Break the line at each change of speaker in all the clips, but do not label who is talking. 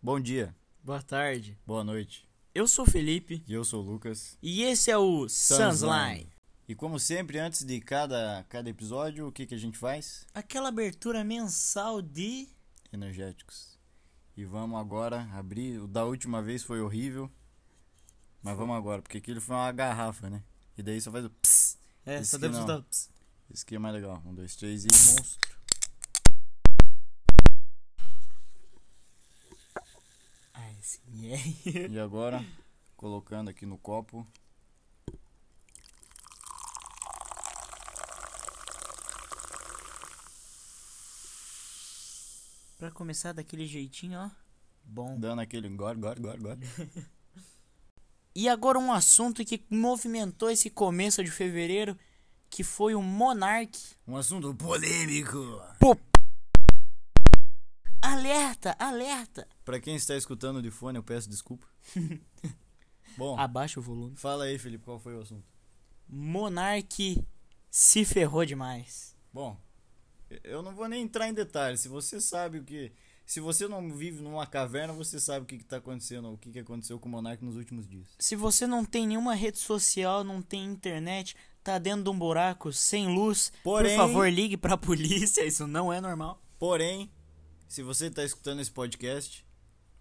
Bom dia,
Boa tarde.
boa noite.
Eu sou o Felipe
E eu sou o Lucas.
e esse é o Sunsline.
Sunsline. E como sempre, antes de cada, cada episódio, o que, que a gente faz?
Aquela abertura mensal de.
Energéticos. E vamos agora abrir. O da última vez foi horrível. Mas vamos agora, porque aquilo foi uma garrafa, né? E daí só faz o ps.
É,
Esse
só
que
demos
não.
da- Pss,
Isso aqui é mais legal. Um, dois, três e.
monstro. Ah, esse é.
E agora, colocando aqui no copo.
pra começar daquele jeitinho, ó. Bom.
Dando aquele gore, gore, gore, gore.
E agora um assunto que movimentou esse começo de fevereiro, que foi o Monark.
Um assunto polêmico.
Alerta, alerta!
Pra quem está escutando de fone, eu peço desculpa. Bom,
Abaixa o volume.
fala aí, Felipe, qual foi o assunto?
Monark se ferrou demais.
Bom, eu não vou nem entrar em detalhes. Se você sabe o que. Se você não vive numa caverna, você sabe o que está acontecendo, o que, que aconteceu com o Monark nos últimos dias.
Se você não tem nenhuma rede social, não tem internet, tá dentro de um buraco sem luz,
Porém-
por favor, ligue pra polícia, isso não é normal.
Porém, se você está escutando esse podcast,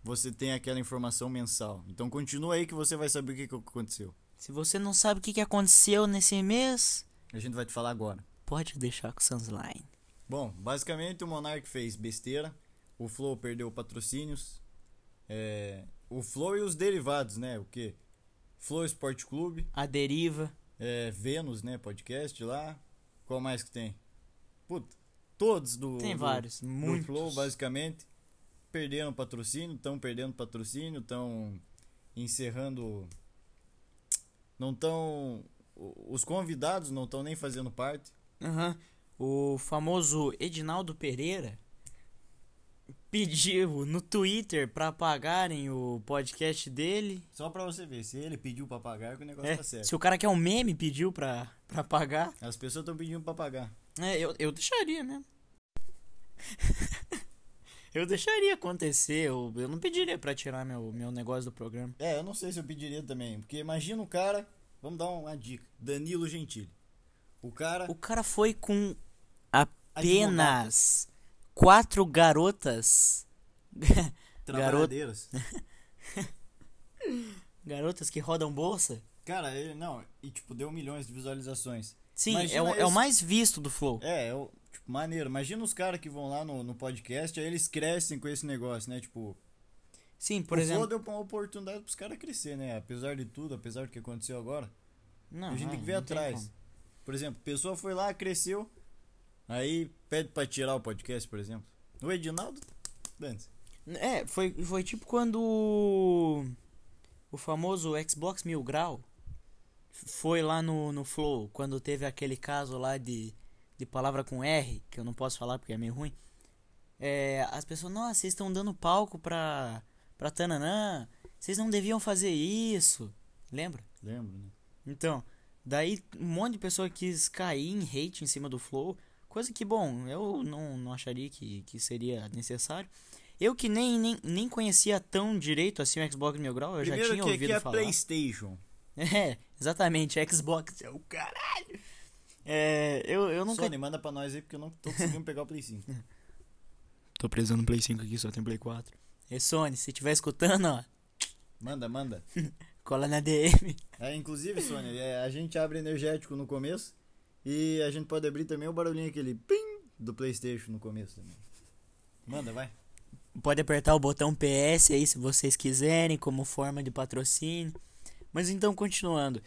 você tem aquela informação mensal. Então continua aí que você vai saber o que, que aconteceu.
Se você não sabe o que, que aconteceu nesse mês,
A gente vai te falar agora.
pode deixar com o Sunsline.
Bom, basicamente o Monark fez besteira, o Flow perdeu patrocínios, é, o Flow e os derivados, né? O que? Flow Esporte Clube,
A deriva.
é, Vênus, né? Podcast lá. Qual mais que tem? Puta, todos do.
Tem
do-
vários,
do
muitos.
Flow, basicamente. Perderam patrocínio, estão perdendo patrocínio, estão encerrando. Não estão. Os convidados não estão nem fazendo parte.
Aham. O famoso Edinaldo Pereira pediu no Twitter pra apagarem o podcast dele.
Só pra você ver, se ele pediu pra pagar, que o negócio
É,
tá sério.
se o cara que é um meme pediu pra, pra apagar,
As pessoas estão pedindo pra pagar.
é, eu, eu deixaria mesmo. eu deixaria acontecer, eu, eu não pediria pra tirar meu, meu negócio do programa.
É, eu não sei se eu pediria também, porque imagina o cara. Vamos dar uma dica. Danilo Gentili. O cara.
O cara foi com apenas quatro garotas.
Trabalhadeiras.
garotas que rodam bolsa?
Cara, ele não, e tipo, deu milhões de visualizações.
Sim,
Imagina
é o, é o
esse-
mais visto do Flow.
É, é o, tipo, maneiro. Imagina os caras que vão lá no, no podcast, aí eles crescem com esse negócio, né? Tipo,
Sim, por
o
exemplo.
Flow deu uma oportunidade pros caras crescer, né? Apesar de tudo, apesar do que aconteceu agora.
Não,
a gente
não,
tem que ver
não tem
atrás.
como.
Por exemplo, a pessoa foi lá, cresceu, aí pede pra tirar o podcast, por exemplo. O Edinaldo, dane-se.
É, foi, foi tipo quando o, o famoso Xbox Mil Grau foi lá no, no Flow, quando teve aquele caso lá de, de palavra com R, que eu não posso falar porque é meio ruim. É, as pessoas, nossa, vocês estão dando palco pra, pra Tananã, vocês não deviam fazer isso. Lembra?
Lembro, né?
Então, daí um monte de pessoa quis cair em hate em cima do Flow, coisa que, bom, eu não, não acharia que, que seria necessário. Eu que nem, nem, nem conhecia tão direito assim o Xbox Mil Grau, eu já
Primeiro
tinha
que
ouvido
aqui é
falar.
PlayStation.
É, exatamente, Xbox é o caralho. É, eu, eu nunca...
Sony, manda pra nós aí, porque eu não tô conseguindo pegar o Play 5.
Tô preso no Play 5 aqui, só tem Play 4. E É Sony, se tiver escutando, ó,
Manda, manda.
cola na DM.
É, inclusive, Sônia, é, a gente abre energético no começo e a gente pode abrir também o barulhinho aquele pim do Playstation no começo também. Manda, vai.
Pode apertar o botão PS aí se vocês quiserem, como forma de patrocínio. Mas então, continuando.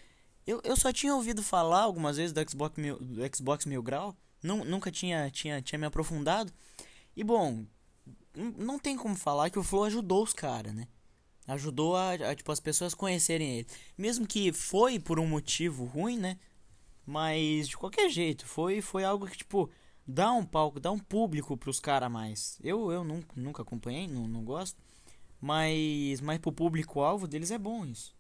Eu, eu só tinha ouvido falar algumas vezes do Xbox Mil, do Xbox Mil Grau. Nun- nunca tinha, tinha, tinha me aprofundado. E bom, n- não tem como falar que o Flow ajudou os caras, né? Ajudou a, a, tipo, as pessoas conhecerem ele. Mesmo que foi por um motivo ruim, né? Mas de qualquer jeito, foi, foi algo que, tipo, dá um palco, dá um público pros caras mais. Eu, eu nunca, nunca acompanhei, não, não gosto. Mas, mas pro público-alvo deles é bom isso.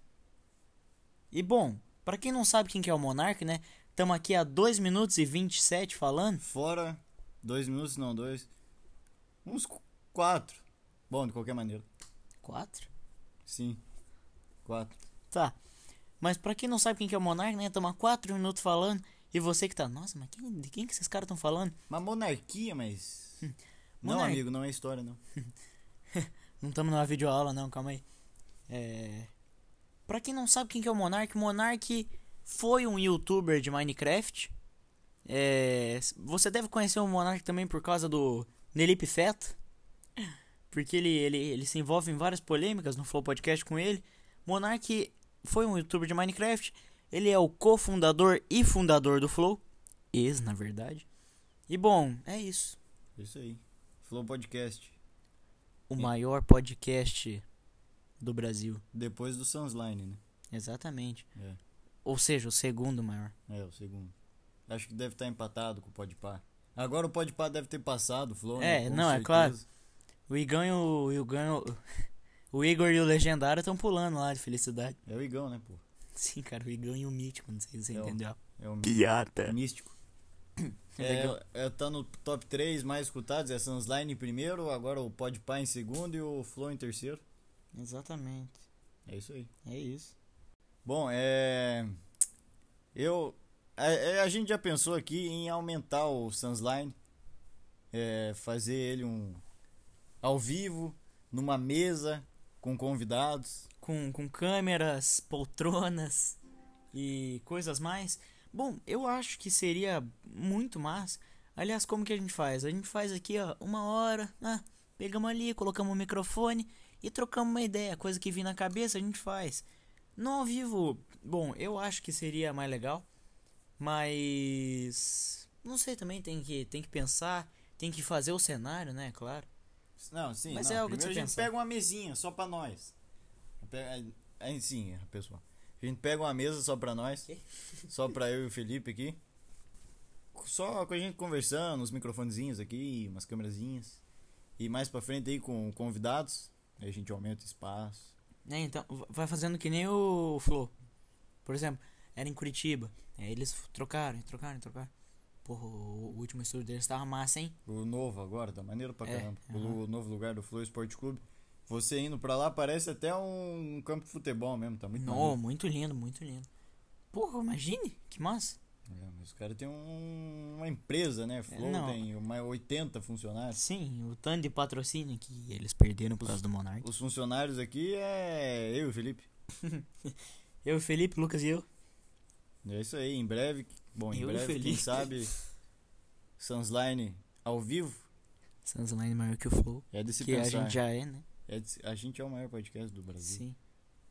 E bom, pra quem não sabe quem que é o Monark, né? Tamo aqui há 2 minutos e 27 falando.
Fora, dois minutos, não dois. Uns qu- quatro. Bom, de qualquer maneira.
Quatro?
Sim. Quatro.
Tá. Mas pra quem não sabe quem que é o Monark, né? Toma quatro minutos falando. E você que tá, nossa, mas quem, de quem que esses caras estão falando?
Uma monarquia, mas. Não,
Monar-
amigo, não é história, não.
Não estamos numa videoaula, não, calma aí. É... Pra quem não sabe quem que é o Monark, o Monark foi um youtuber de Minecraft. É... s- Você deve conhecer o Monark também por causa do Nelipe Feto. Porque ele, ele, ele se envolve em várias polêmicas no Flow Podcast com ele. Monark foi um youtuber de Minecraft. Ele é o cofundador e fundador do Flow. Ex, na verdade. E bom, é isso.
Isso aí. Flow Podcast.
O
É.
maior podcast do Brasil.
Depois do Sunsline, né?
Exatamente.
É.
Ou seja, o segundo maior.
É, o segundo. Acho que deve estar empatado com o Podpah. Agora o Podpah deve ter passado o Flow, né?
É,
Com
não, é
certeza.
claro. O Igão e o, e o Gão- o Igor e o Legendário estão pulando lá de felicidade.
É o Igão, né, pô?
Sim, cara, o Igão e o Mítico, não sei se você
É o-
entendeu.
É o
Piata.
místico.
Legal.
É, é, tá no top 3 mais escutados, é Sunsline em primeiro, agora o Podpah em segundo e o Flow em terceiro.
Exatamente.
É isso aí.
É isso.
Bom, é. Eu. A, é, a gente já pensou aqui em aumentar o Sunsline. É, fazer ele um. Ao vivo, numa mesa, com convidados.
Com, com câmeras, poltronas e coisas mais. Bom, eu acho que seria muito massa. Aliás, como que a gente faz? A gente faz aqui, ó, uma hora. Ah, pegamos ali, colocamos o microfone e trocamos uma ideia. Coisa que vir na cabeça, a gente faz. No ao vivo, bom, eu acho que seria mais legal. Mas. Não sei também, tem que, tem que pensar. Tem que fazer o cenário, né? Claro.
Não, sim.
Mas
não,
é algo de
primeiro
se
a gente
pensar.
pega uma mesinha só pra nós. Pega- Aí sim, pessoal. A gente pega uma mesa só pra nós.
Que?
Só pra eu e o Felipe aqui. Só com a gente conversando, uns microfonezinhos aqui, umas câmerazinhas. E mais pra frente aí com convidados. Aí a gente aumenta o espaço.
Né, então, v- vai fazendo que nem o Flo. Por exemplo, era em Curitiba. Aí eles f- trocaram, trocaram, trocaram. Porra, o o último estúdio deles tava massa, hein?
O novo agora, tá maneiro pra
É,
caramba. O
aham.
lu- novo lugar do Flow Esporte Clube. Você indo pra lá parece até um campo de futebol mesmo, tá muito
Não,
maneiro.
muito lindo, muito lindo. Porra, imagine, que massa.
É, mas os caras têm um- uma empresa, né? Flow
É, não.
tem uma 80 funcionários.
Sim, Assim, o tanto de patrocínio que eles perderam por causa do Monark.
Os funcionários aqui é eu e o Felipe.
Eu, Felipe, Lucas e eu.
É isso aí, em breve. Bom, em
Eu e o
breve, quem
Felipe.
sabe, Sunsline ao vivo
Sanzline maior que o Flow.
é de se
que
pensar.
a gente já é, né?
É de se- a gente é o maior podcast do Brasil.
Sim.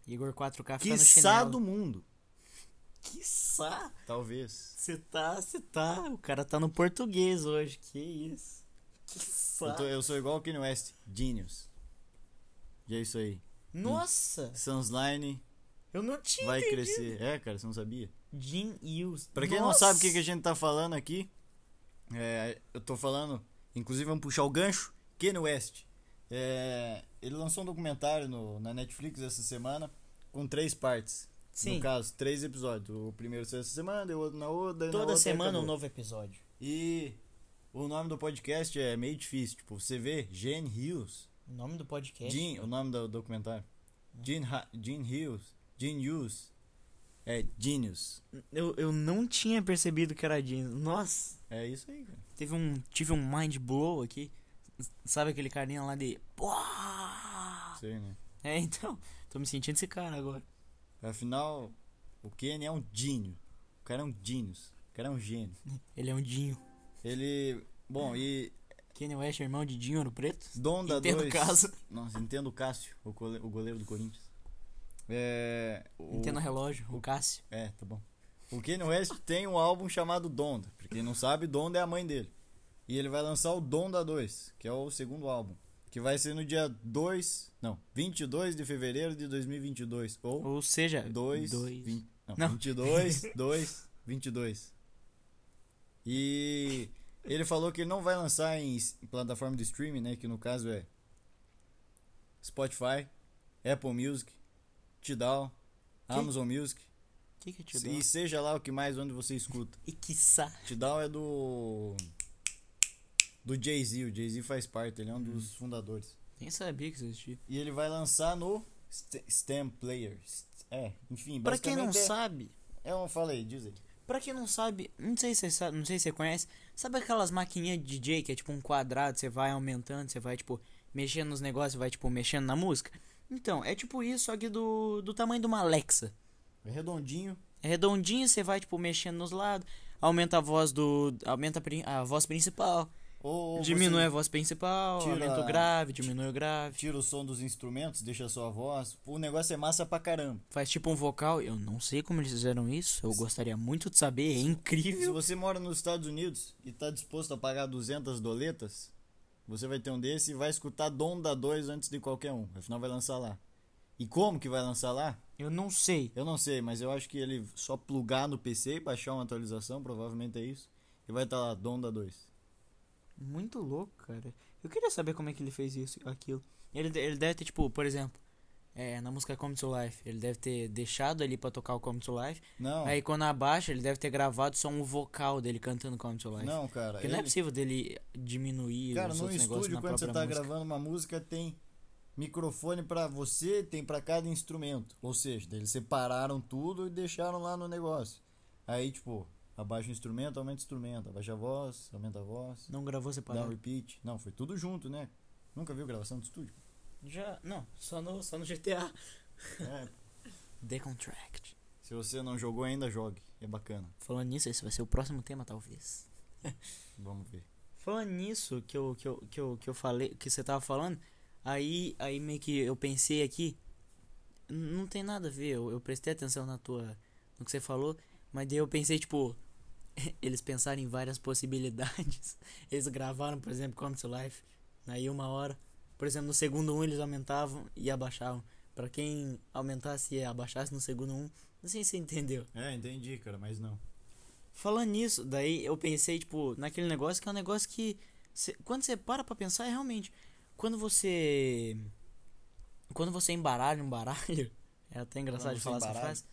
Igor 4K fica no
Quiçá
chinelo.
do mundo,
Quiçá.
talvez.
Você tá, você tá. O cara tá no português hoje, que isso. Quiçá.
Eu, tô- eu sou igual o Kanye West, genius. E é isso aí.
Hum. Nossa,
Sunsline
eu não tinha
vai
entendido.
crescer. É, cara, você não sabia?
Jim Hughes.
Pra quem não
Nossa.
sabe o que, que a gente tá falando aqui, é, eu tô falando, inclusive vamos puxar o gancho, Kanye West. É, ele lançou um documentário no- na Netflix essa semana com três partes.
Sim,
No caso, três episódios. O primeiro saiu essa semana, daí o outro na outra. daí na
toda
outra, e
semana um
acabou.
novo episódio.
E o nome do podcast é meio difícil. Tipo, você vê Gene Hughes.
O nome do podcast.
Jean, o nome do documentário.
Ah.
Gene, Ha- Gene Hughes. Gene Hughes. É Genius.
Eu, eu não tinha percebido que era Jim. Nossa,
É isso aí, cara.
teve um, tive um mind blow aqui. S- Sabe aquele carinha lá de. Pô!
Isso aí, né?
É, então, tô me sentindo esse cara agora.
Afinal, o Kenny é um Dinho. O cara é um Genius. O cara é um gênio.
Ele é um Dinho.
Ele. Bom, e.
Kanye West, é irmão de Dinho Ouro Preto?
Dom da
Entendo
2.
o caso.
Nossa, entendo o Cássio, o cole- o goleiro do Corinthians. É. O...
Entendo o relógio, o Cássio.
É, tá bom. O Kanye West tem um álbum chamado Donda. Pra quem não sabe, Donda é a mãe dele. E ele vai lançar o Donda 2, que é o segundo álbum. Que vai ser no dia 2. Não, 22 de fevereiro de 2022. Ou
Ou seja,
2.
dois.
20, não,
Não.
22, 2, 22. E ele falou que ele não vai lançar em s- plataforma de streaming, né? Que no caso é Spotify, Apple Music, Tidal, Amazon Music.
Que que eu te dou?
E seja lá o que mais onde você escuta.
E quiçá.
Tidal é
Uhum.
do. Do Jay-Z. O Jay-Z faz parte, ele é um dos fundadores.
Nem sabia que isso existia.
E ele vai lançar no St- Stem Player. St- É, enfim,
Pra quem não
basicamente é,
sabe,
É um, fala aí, diz aí.
Pra quem não sabe, não sei se você sabe, não sei se você conhece, sabe aquelas maquininhas de DJ que é tipo um quadrado, você vai aumentando, você vai tipo mexendo nos negócios, vai tipo mexendo na música? Então, é tipo isso, só que do, do tamanho de uma Alexa.
É redondinho.
É redondinho, você vai tipo mexendo nos lados, aumenta a voz do. aumenta a, prin- a voz principal,
Ou você
diminui a voz principal,
tira-
aumenta o grave, diminui o grave,
Tira o som dos instrumentos, deixa só a voz. O negócio é massa pra caramba.
faz tipo um vocal. Eu não sei como eles fizeram isso, eu gostaria muito de saber, é
Se
incrível.
você mora nos Estados Unidos e tá disposto a pagar 200 doletas, você vai ter um desse e vai escutar Dom da 2 antes de qualquer um. Afinal, vai lançar lá. E como que vai lançar lá?
Eu não sei.
Eu não sei, mas eu acho que ele só plugar no PC e baixar uma atualização, provavelmente é isso. E vai estar lá, Dom da 2.
Muito louco, cara. Eu queria saber como é que ele fez isso, aquilo. Ele, de- ele deve ter, tipo, por exemplo, é, na música Come to Life, ele deve ter deixado ali pra tocar o Come to Life.
Não,
Aí quando abaixa, ele deve ter gravado só um vocal dele cantando Come to Life.
não, cara.
Porque não é
ele-
possível dele diminuir
Cara,
os
no
outros negócios
estúdio,
na
quando
própria
você tá
música.
gravando uma música, tem microfone pra você, tem pra cada instrumento. Ou seja, daí eles separaram tudo e deixaram lá no negócio. Aí, tipo, abaixa o instrumento, aumenta o instrumento, abaixa a voz, aumenta a voz,
Não gravou
dá um
separado.
repeat. Não, foi tudo junto, né? Nunca viu gravação de estúdio?
Já, não, só no, só no GTA.
É,
Decontract.
se você não jogou ainda, jogue. É bacana.
Falando nisso, esse vai ser o próximo tema, talvez.
Vamos ver.
Falando nisso que eu, que eu, que eu, que eu falei, que você tava falando, aí, aí meio que eu pensei aqui, n- não tem nada a ver, eu, eu prestei atenção na tua, no que você falou, mas daí eu pensei, tipo, eles pensaram em várias possibilidades, eles gravaram, por exemplo, Come to Life, aí uma hora, por exemplo, no segundo um eles aumentavam e abaixavam, Pra quem aumentasse e abaixasse no segundo um, não sei se você entendeu.
É, entendi, cara, mas não.
Falando nisso, daí eu pensei, tipo, naquele negócio que é um negócio que. cê- quando você para pra pensar, é realmente. Quando você. Quando você embaralha um baralho. É até engraçado
Quando
de
você
falar essa
embaralha.
frase.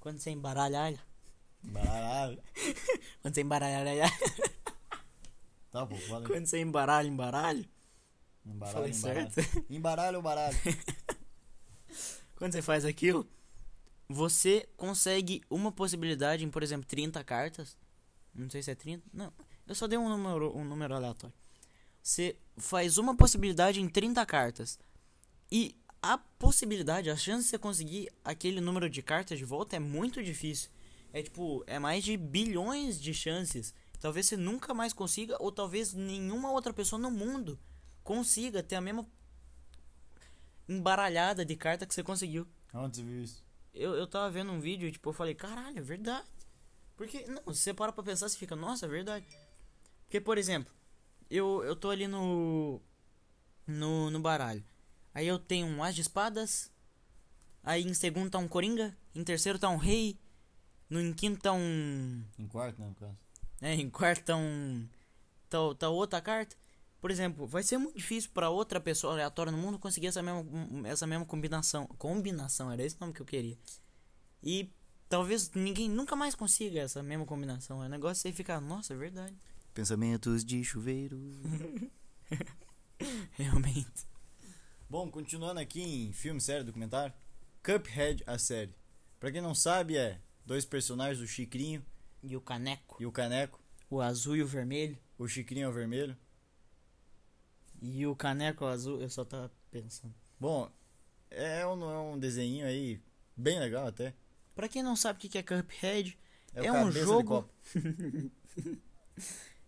Quando você embaralha.
Baralho.
Quando você embaralha.
Tá bom, valeu.
Quando você embaralha, embaralho.
Embaralho,
Falei
embaralho.
certo?
Embaralho ou baralho?
Quando você faz aquilo, você consegue uma possibilidade em, por exemplo, 30 cartas. Não sei se é 30. Não, eu só dei um número, um número aleatório. Você faz uma possibilidade em 30 cartas. E a possibilidade, a chance de você conseguir aquele número de cartas de volta é muito difícil. É tipo, é mais de bilhões de chances. Talvez você nunca mais consiga, ou talvez nenhuma outra pessoa no mundo consiga ter a mesma embaralhada de carta que você conseguiu.
Onde você viu isso?
Eu, eu tava vendo um vídeo e, tipo, eu falei, caralho, é verdade. Porque, não, se você para pra pensar, você fica, nossa, é verdade. Porque, por exemplo, eu, eu tô ali no, no. no baralho. Aí eu tenho um as de espadas. Aí em segundo tá um coringa. Em terceiro tá um rei. No em quinto tá um.
Em quarto, né, no caso?
É, em quarto tá um. Tá, tá outra carta. Por exemplo, vai ser muito difícil pra outra pessoa aleatória no mundo conseguir essa mesma, um, essa mesma combinação. Combinação, era esse nome que eu queria. E talvez ninguém nunca mais consiga essa mesma combinação. É um negócio aí ficar, nossa, é verdade.
Pensamentos de chuveiro.
Realmente.
Bom, continuando aqui em filme, série, documentário, Cuphead, a série. Pra quem não sabe, é dois personagens, o Chicrinho
E o caneco.
e o Caneco.
O azul e o vermelho.
O Chicrinho é o vermelho.
E o caneco é o azul, eu só tava pensando.
Bom, é um, é um desenho aí bem legal até.
Pra quem não sabe o que que é Cuphead,
o
É um
cabeça de
jogo-
copo.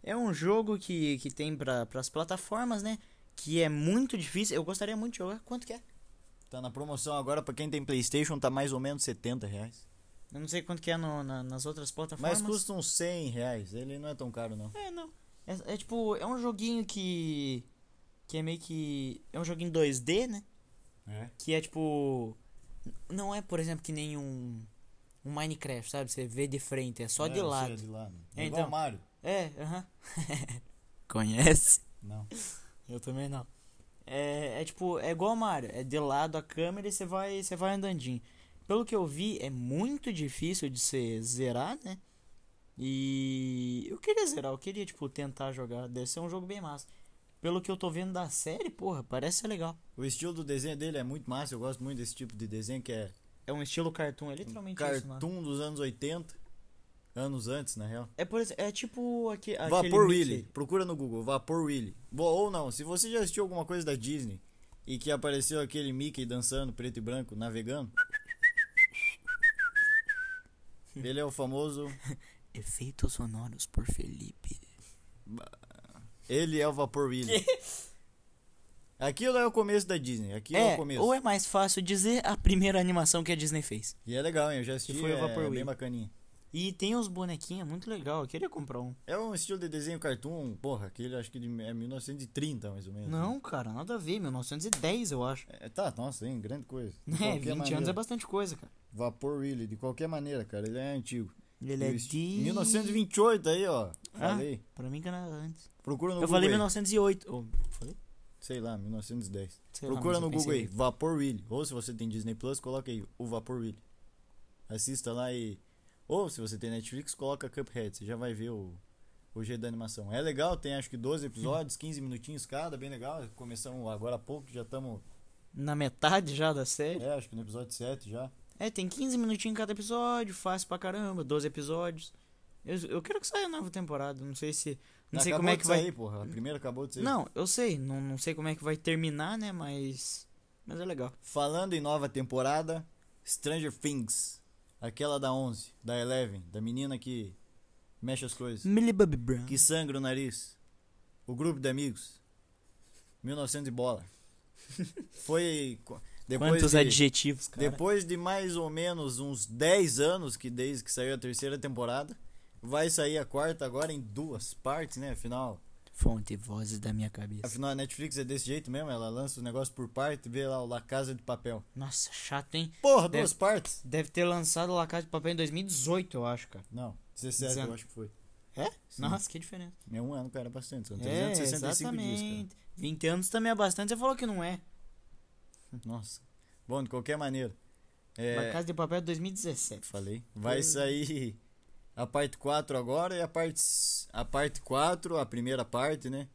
É um jogo que, que tem pra, pras plataformas, né? Que é muito difícil. Eu gostaria muito de jogar. Quanto que é?
Tá na promoção agora, pra quem tem Playstation, tá mais ou menos 70 reais.
Eu não sei quanto que é no- na- nas outras plataformas.
Mas custa uns 100 reais, ele não é tão caro não.
É, não. É, é tipo, é um joguinho que. Que é meio que. É um joguinho 2D, né?
É.
Que é tipo. n- Não é, por exemplo, que nem um. Um Minecraft, sabe? Você vê de frente, é só de
eu sei,
lado.
É, de lado.
É,
É igual
então.
Mario.
É, aham. Conhece?
Não.
Eu também não. É, é tipo, é igual Mario, é de lado a câmera e você vai, você vai andandinho. Pelo que eu vi, é muito difícil de você zerar, né? E eu queria zerar, eu queria, tipo, tentar jogar. Deve ser um jogo bem massa. pelo que eu tô vendo da série, porra, parece ser legal.
O estilo do desenho dele é muito massa, eu gosto muito desse tipo de desenho que é
É um estilo cartoon, é literalmente isso, né?
cartoon dos anos 80, anos antes, na real.
É, por exe- é tipo aque, aquele
Vapor
Mickey.
Willy, procura no Google, Vapor Willy. Bo- Ou não, se você já assistiu alguma coisa da Disney e que apareceu aquele Mickey dançando preto e branco, navegando, ele é o famoso,
Efeitos sonoros por Felipe.
ele é o Vapor Willy. Aquilo é o começo da Disney, aquilo é,
é,
o começo.
ou é mais fácil dizer a primeira animação que a Disney fez.
E é legal, hein? Eu já assisti,
foi o
é
Vapor Willy.
bem bacaninha.
E tem uns bonequinhos muito legal, eu queria comprar um.
É um estilo de desenho cartoon, porra, aquele acho que de, é 1930 mais ou menos.
Não, cara, nada a ver, 1910 eu acho.
É, tá, nossa, hein? Grande coisa. De
É,
qualquer
20 anos
maneira.
é bastante coisa, cara.
Vapor Willy, de qualquer maneira, cara, ele é antigo.
Ele é
Isso.
de...
1928 aí, ó.
Ah,
Falei.
pra mim que era antes.
Procura no
eu
Google.
falei
aí.
1908. ou falei?
Sei lá, 1910.
Sei lá,
Procura
mas eu
no Google
pensei
aí, Vapor Willy. Ou se você tem Disney Plus, coloca aí o Vapor Willy. Assista lá e. Ou se você tem Netflix, coloca Cuphead. Você já vai ver o, o jeito da animação. É legal, tem acho que 12 episódios, 15 minutinhos cada, bem legal. Começamos agora há pouco, já estamos.
Na metade já da série.
É, acho que no episódio 7 já.
É, tem 15 minutinhos em cada episódio, fácil pra caramba, 12 episódios. Eu, eu quero que saia a nova temporada, não sei se. Não sei
Acabou
como é
de
que vai.
sair, porra. A primeira acabou de sair.
Não, eu sei, não, não sei como é que vai terminar, né, mas. Mas é legal.
Falando em nova temporada, Stranger Things. Aquela da 11, da Eleven, da menina que mexe as coisas,
Millie Bobby Brown.
que sangra o nariz. O grupo de amigos. 1900 e bola. Foi co- depois
Quantos
de,
adjetivos, cara.
depois de mais ou menos uns 10 anos que desde que saiu a terceira temporada, vai sair a quarta agora em duas partes, né? Afinal,
Fonte vozes da minha cabeça.
afinal a Netflix é desse jeito mesmo, ela lança os negócios por parte, vê lá o La Casa de Papel.
Nossa, chato, hein?
Porra,
Deve-
duas partes.
Deve ter lançado La Casa de Papel em 2018, eu acho, cara.
Não, 17
Dezen-
eu acho que foi.
É?
Sim.
Nossa, que diferença.
É um ano, cara, bastante. São
É,
365 dias, cara.
exatamente. 20 anos também é bastante, você falou que não é.
Nossa. Bom, de qualquer maneira. é,
La Casa de Papel é 2017.
Falei. Vai
Foi.
sair a parte 4 agora e a parte, s- a parte 4, a primeira parte, né?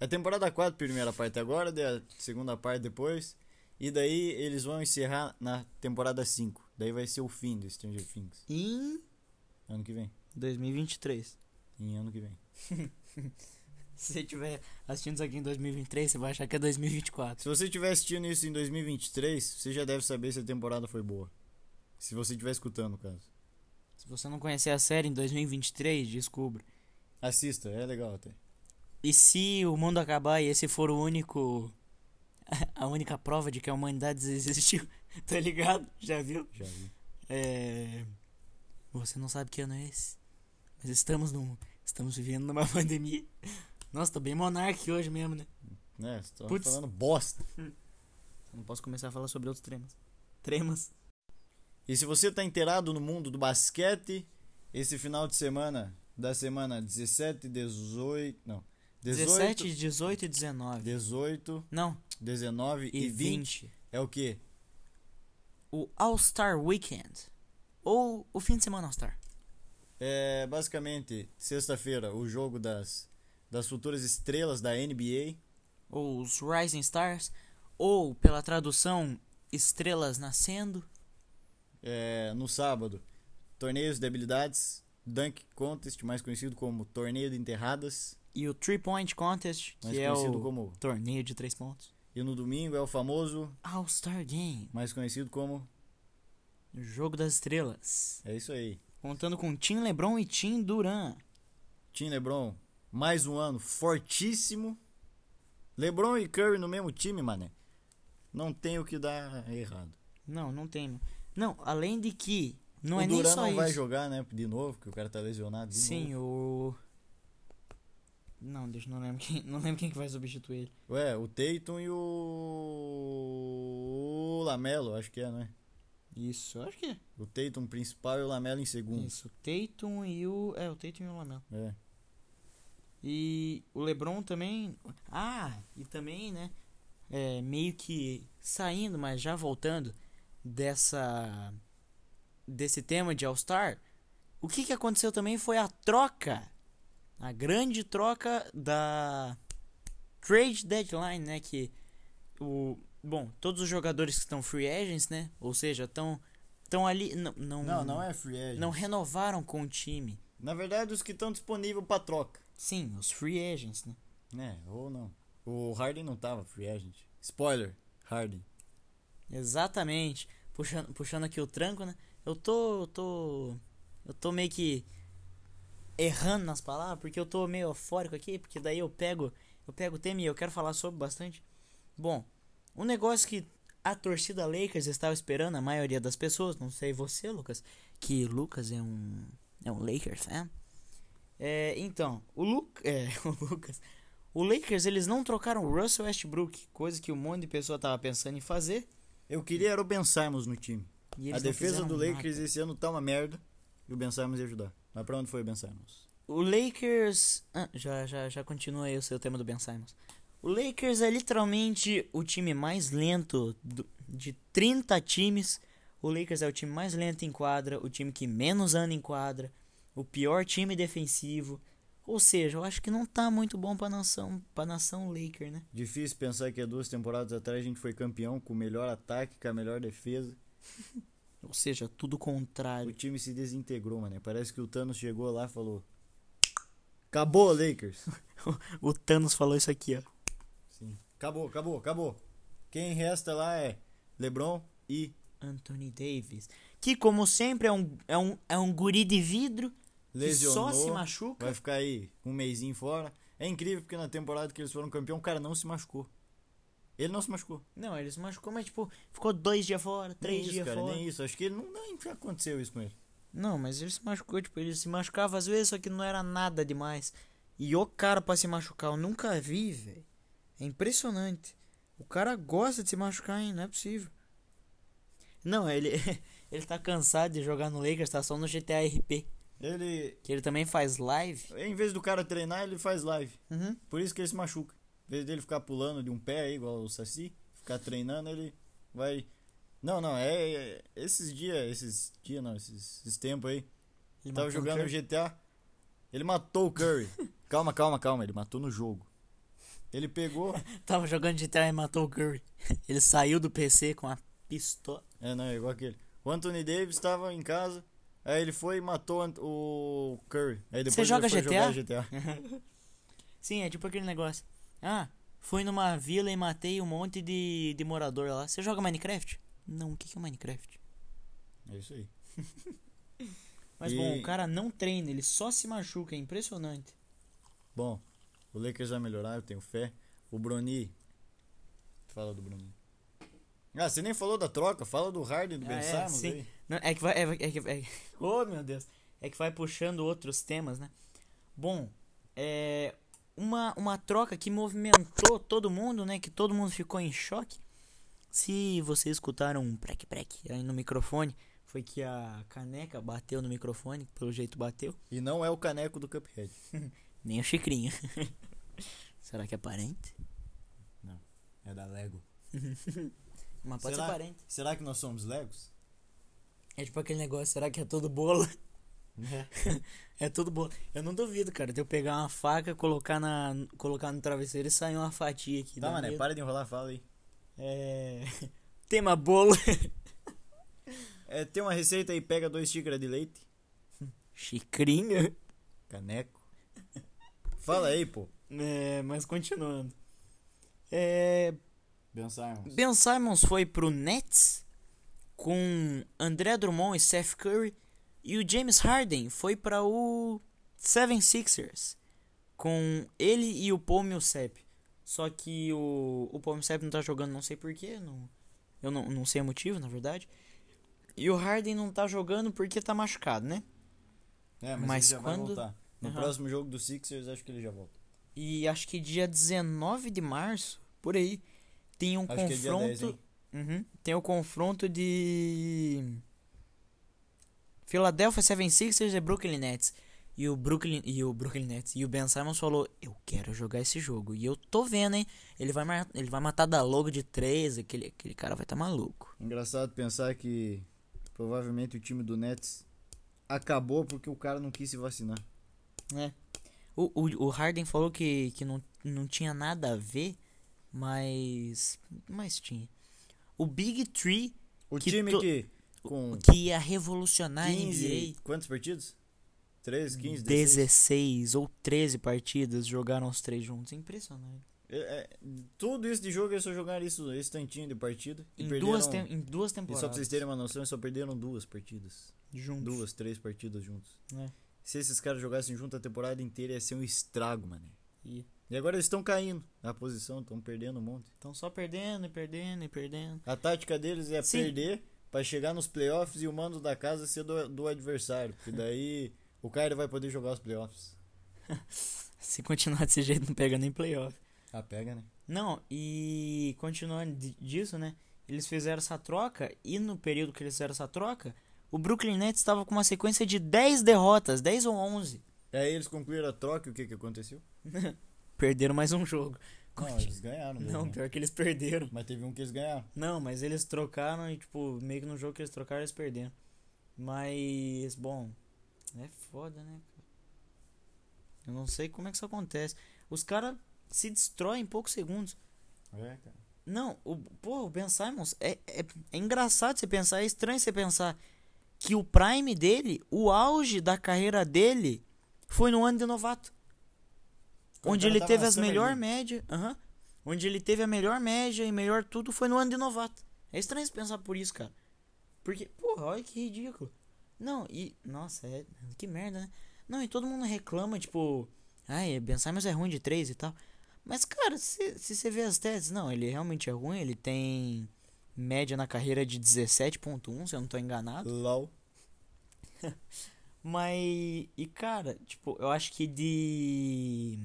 A temporada 4, primeira parte agora, daí a segunda parte depois. E daí eles vão encerrar na temporada 5. Daí vai ser o fim do Stranger Things.
Em
Ano que vem.
2023.
Em ano que vem.
Se você estiver assistindo isso aqui em 2023, você vai achar que é 2024.
Se você estiver assistindo isso em 2023, você já deve saber se a temporada foi boa. Se você estiver escutando, no caso.
Se você não conhecer a série em 2023, descubra.
Assista, é legal até.
E se o mundo acabar e esse for o único. A única prova de que a humanidade existiu, tá ligado? Já viu?
Já vi.
É. Você não sabe que ano é esse. Mas estamos num. Estamos vivendo numa pandemia. Nossa, tô bem monarque hoje mesmo, né?
Né? Tô
Putz.
falando bosta.
Eu não posso começar a falar sobre outros tremas. Tremas?
E se você tá inteirado no mundo do basquete, esse final de semana, da semana 17, 18. Não. 18,
17, 18 e 19.
18
Não,
19 e,
e
20.
20.
É o quê?
O All-Star Weekend. Ou o fim de semana All-Star.
É basicamente sexta-feira, o jogo das, das futuras estrelas da NBA.
Ou os Rising Stars. Ou, pela tradução, Estrelas Nascendo.
É, no sábado, torneios de habilidades, Dunk Contest, mais conhecido como Torneio de Enterradas,
E o Three Point Contest,
mais
que é
conhecido
o
como.
torneio de três pontos.
E no domingo é o famoso,
All-Star Game.
mais conhecido como.
Jogo das Estrelas.
É isso aí.
Contando com Tim LeBron e Tim Duran.
Tim LeBron, mais um ano fortíssimo. LeBron e Curry no mesmo time, mané. Não tem o que dar errado.
Não, não tem. mano. Não, além de que. Não
o
é
Duran
nem só
não
isso.
vai jogar, né? De novo, porque o cara tá lesionado. De
Sim,
Novo.
o. Não, deixa, não lembro quem, não lembro quem que vai substituir ele.
Ué, o Tatum e o. o Lamelo, acho que é, né?
Isso, acho que é.
O Tatum principal e o Lamelo em segundo.
Isso, o Tatum e o. É, o Tatum e o Lamelo.
É.
E o LeBron também. Ah, e também, né? É, meio que saindo, mas já voltando dessa. desse tema de All-Star. O que, que aconteceu também foi a troca. A grande troca da. trade deadline, né? Que o. Bom, todos os jogadores que estão free agents, né? Ou seja, estão. Estão ali. Não, não,
Não, não é free agent.
não renovaram com o time.
Na verdade, os que estão disponíveis pra troca.
Sim, os free agents, né?
Né, ou não. O Harden não tava free agent. Spoiler, Harden.
Exatamente. Puxando, puxando aqui o tranco, né? Eu tô. eu tô. Eu tô meio que. errando nas palavras, porque eu tô meio eufórico aqui, porque daí eu pego. Eu pego o tema e eu quero falar sobre bastante. Bom, um negócio que a torcida Lakers estava esperando, a maioria das pessoas, não sei você, Lucas, que Lucas é um. é um Lakers fan. É, então, o, Lu é, o Lucas. O Lakers, eles não trocaram o Russell Westbrook, coisa que um monte de pessoa tava pensando em fazer.
Eu queria era o Ben Simmons no time. A
E eles não
defesa
fizeram
do
nada.
Lakers esse ano tá uma merda. E o Ben Simmons ia ajudar. Mas pra onde foi o Ben Simmons?
O Lakers. Ah, já, já, já continua aí o seu tema do Ben Simmons. O Lakers é literalmente o time mais lento do- de 30 times. O Lakers é o time mais lento em quadra, o time que menos anda em quadra, o pior time defensivo. Ou seja, eu acho que não tá muito bom pra nação, pra nação Laker, né?
Difícil pensar que há duas temporadas atrás a gente foi campeão com o melhor ataque, com a melhor defesa.
Ou seja, tudo o
O
contrário.
time se desintegrou, mano. Parece que o Thanos chegou lá e falou: Acabou, Lakers.
O Thanos falou isso aqui, ó.
Sim. Acabou, acabou, acabou. Quem resta lá é LeBron e
Anthony Davis. Que, como sempre, é um, é um, é um guri de vidro
lesionou.
que só se machuca.
Vai ficar aí um mêsinho fora. É incrível porque na temporada que eles foram campeão, o cara não se machucou. Ele não se machucou.
Não, ele se machucou, mas tipo, ficou dois dias fora,
Nem
três
isso,
dias
cara,
fora.
nem isso. Acho que ele não, nem já aconteceu isso com ele.
Não, mas ele se machucou, tipo, ele se machucava às vezes, só que não era nada demais. E o cara pra se machucar, eu nunca vi, velho. É impressionante. O cara gosta de se machucar, hein? Não é possível. Não, ele ele tá cansado de jogar no Lakers, tá só no GTA RP,
Ele,
que ele também faz live.
em vez do cara treinar, ele faz live.
Uhum.
Por isso que ele se machuca. Em vez dele ficar pulando de um pé aí, igual o Saci, ficar treinando, ele vai. Não, não, é. é- esses dias, esses dias não, esses, esses tempos aí.
Ele
Tava
matou um
jogando
cara.
no GTA. Ele matou o Curry. calma, calma, calma. Ele matou no jogo. Ele pegou.
Tava jogando GTA e matou o Curry. ele saiu do PC com a pistola.
É, não, é igual aquele. O Anthony Davis tava em casa. Aí ele foi e matou Ant- o Curry. Aí depois
Você
ele
joga
foi
GTA?
jogar GTA.
Sim, é tipo aquele negócio. Ah, fui numa vila e matei um monte de, de morador lá. Você joga Minecraft? Não, o que, que é Minecraft?
É isso aí.
Mas
E-
bom, o cara não treina, ele só se machuca, é impressionante.
Bom, o Lakers vai melhorar, eu tenho fé. O Broni. Fala do Broni. Ah, você nem falou da troca, fala do Harden do
Ah,
Ben
é,
Simmons
sim.
aí.
Não, é que vai. É, é que, é, oh, meu Deus! É que vai puxando outros temas, né? Bom, é. Uma, uma troca que movimentou todo mundo, né? Que todo mundo ficou em choque. Se vocês escutaram um prec-prec aí no microfone, foi que a caneca bateu no microfone, pelo jeito bateu.
E não é o caneco do Cuphead.
Nem o Chicrinho. Será que é parente?
É da Lego.
Mas pode
Será?
ser parente.
Será que nós somos Legos?
É tipo aquele negócio, será que é todo bolo?
Tá,
é todo bolo. Eu não duvido, cara, de eu pegar uma faca, colocar, na, colocar no travesseiro e sair uma fatia aqui.
Tá,
dá
mané,
medo.
para de enrolar, fala aí.
É... Tema bolo.
É, tem uma receita aí, pega dois xícaras de leite,
Chicrinho.
caneco. Fala aí, pô.
É, mas continuando. É,
Ben Simons.
Ben Simons foi pro Nets com André Drummond e Seth Curry e o James Harden foi para o 76ers com ele e o Paul Millsap. Só que o, o Paul Millsap não tá jogando, não sei porquê, não, eu não, não sei o motivo, na verdade. E o Harden não tá jogando porque tá machucado, né?
É, mas,
Mas
ele já
quando-
vai voltar. No
Aham.
próximo jogo do Sixers, acho que ele já volta.
E acho que dia 19 de março, por aí, tem um
Acho que é dia 10,
confronto.
hein?
Uhum. Tem o confronto de. Philadelphia 76ers e Brooklyn Nets. E o Brooklyn, e o Brooklyn Nets. E o Ben Simmons falou: Eu quero jogar esse jogo. E eu tô vendo, hein? Ele vai, mar- ele vai matar da logo de 3. Aquele, aquele cara vai tá maluco.
Engraçado pensar que provavelmente o time do Nets acabou porque o cara não quis se vacinar.
né? O, o, o Harden falou que, que não, não tinha nada a ver, mas. Mas tinha. O Big Tree,
O
Que
time
to-
que com
que ia revolucionar
15,
a
quantos partidos? 13,
NBA.
15, 16.
16 ou 13 partidas jogaram os três juntos. Impressionante.
É, é, tudo isso de jogo, eles só jogaram isso, esse tantinho de partida. E
Em
perderam, um.
duas, tem- em duas
E só pra
temporadas.
vocês terem uma noção, eles só perderam duas partidas.
juntos.
Duas, três partidas juntos.
É.
Se esses caras jogassem junto a temporada inteira, ia ser um estrago, mano.
Ia.
E agora eles estão caindo na posição, estão perdendo um monte.
Estão só perdendo e perdendo e perdendo.
A tática deles é
Sim.
perder pra chegar nos playoffs e o mando da casa ser do, do adversário. Porque daí o cara vai poder jogar os playoffs.
Se continuar desse jeito, não pega nem playoff.
Ah, pega, né?
Não, e continuando di- disso, né? Eles fizeram essa troca e no período que eles fizeram essa troca, o Brooklyn Nets estava com uma sequência de 10 derrotas, 10 ou 11.
Aí eles concluíram a troca e o que que aconteceu?
Perderam mais um jogo.
Não, eles ganharam. daí,
Não,
né?
pior que eles perderam.
Mas teve um que eles ganharam.
Não, mas eles trocaram e, tipo, meio que no jogo que eles trocaram, eles perderam. Mas, bom, é foda, né, cara? Eu não sei como é que isso acontece. Os caras se destroem em poucos segundos.
É, cara.
Não, o, pô, o Ben Simons é, é, é engraçado você pensar, é estranho você pensar que o prime dele, o auge da carreira dele, foi no ano de novato.
Quando
onde
o cara
ele
tá
teve as
nascendo
melhor
ainda.
média. aham, onde ele teve a melhor média e melhor tudo foi no ano de novato. É estranho você pensar por isso, cara. Porque, porra, olha que ridículo. Não, e. Nossa, é, que merda, né? Não, e todo mundo reclama, tipo. Ai, Ben Simons é ruim de três e tal. Mas, cara, se, se você vê as teses, não, ele realmente é ruim, ele tem média na carreira de 17.1, se eu não tô enganado.
LOL.
Mas, e cara, tipo, eu acho que de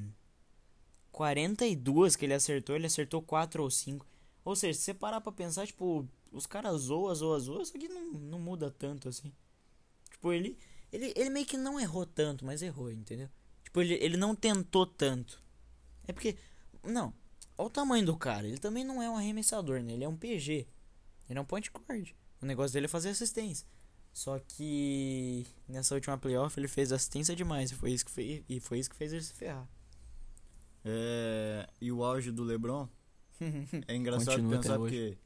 42 que ele acertou, ele acertou 4 ou 5. Ou seja, se você parar pra pensar, tipo, os caras zoam, zoam, zoam, isso aqui não, não muda tanto assim. Tipo, ele, ele, ele meio que não errou tanto, mas errou, entendeu? Tipo, ele, ele não tentou tanto. É porque, não, olha o tamanho do cara, ele também não é um arremessador, né? Ele é um PG, ele é um point guard. O negócio dele é fazer assistência. Só que nessa última playoff ele fez assistência demais e foi isso que, fe- e foi isso que fez ele se ferrar.
É, e o auge do LeBron é engraçado
Continua até
pensar
hoje.
porque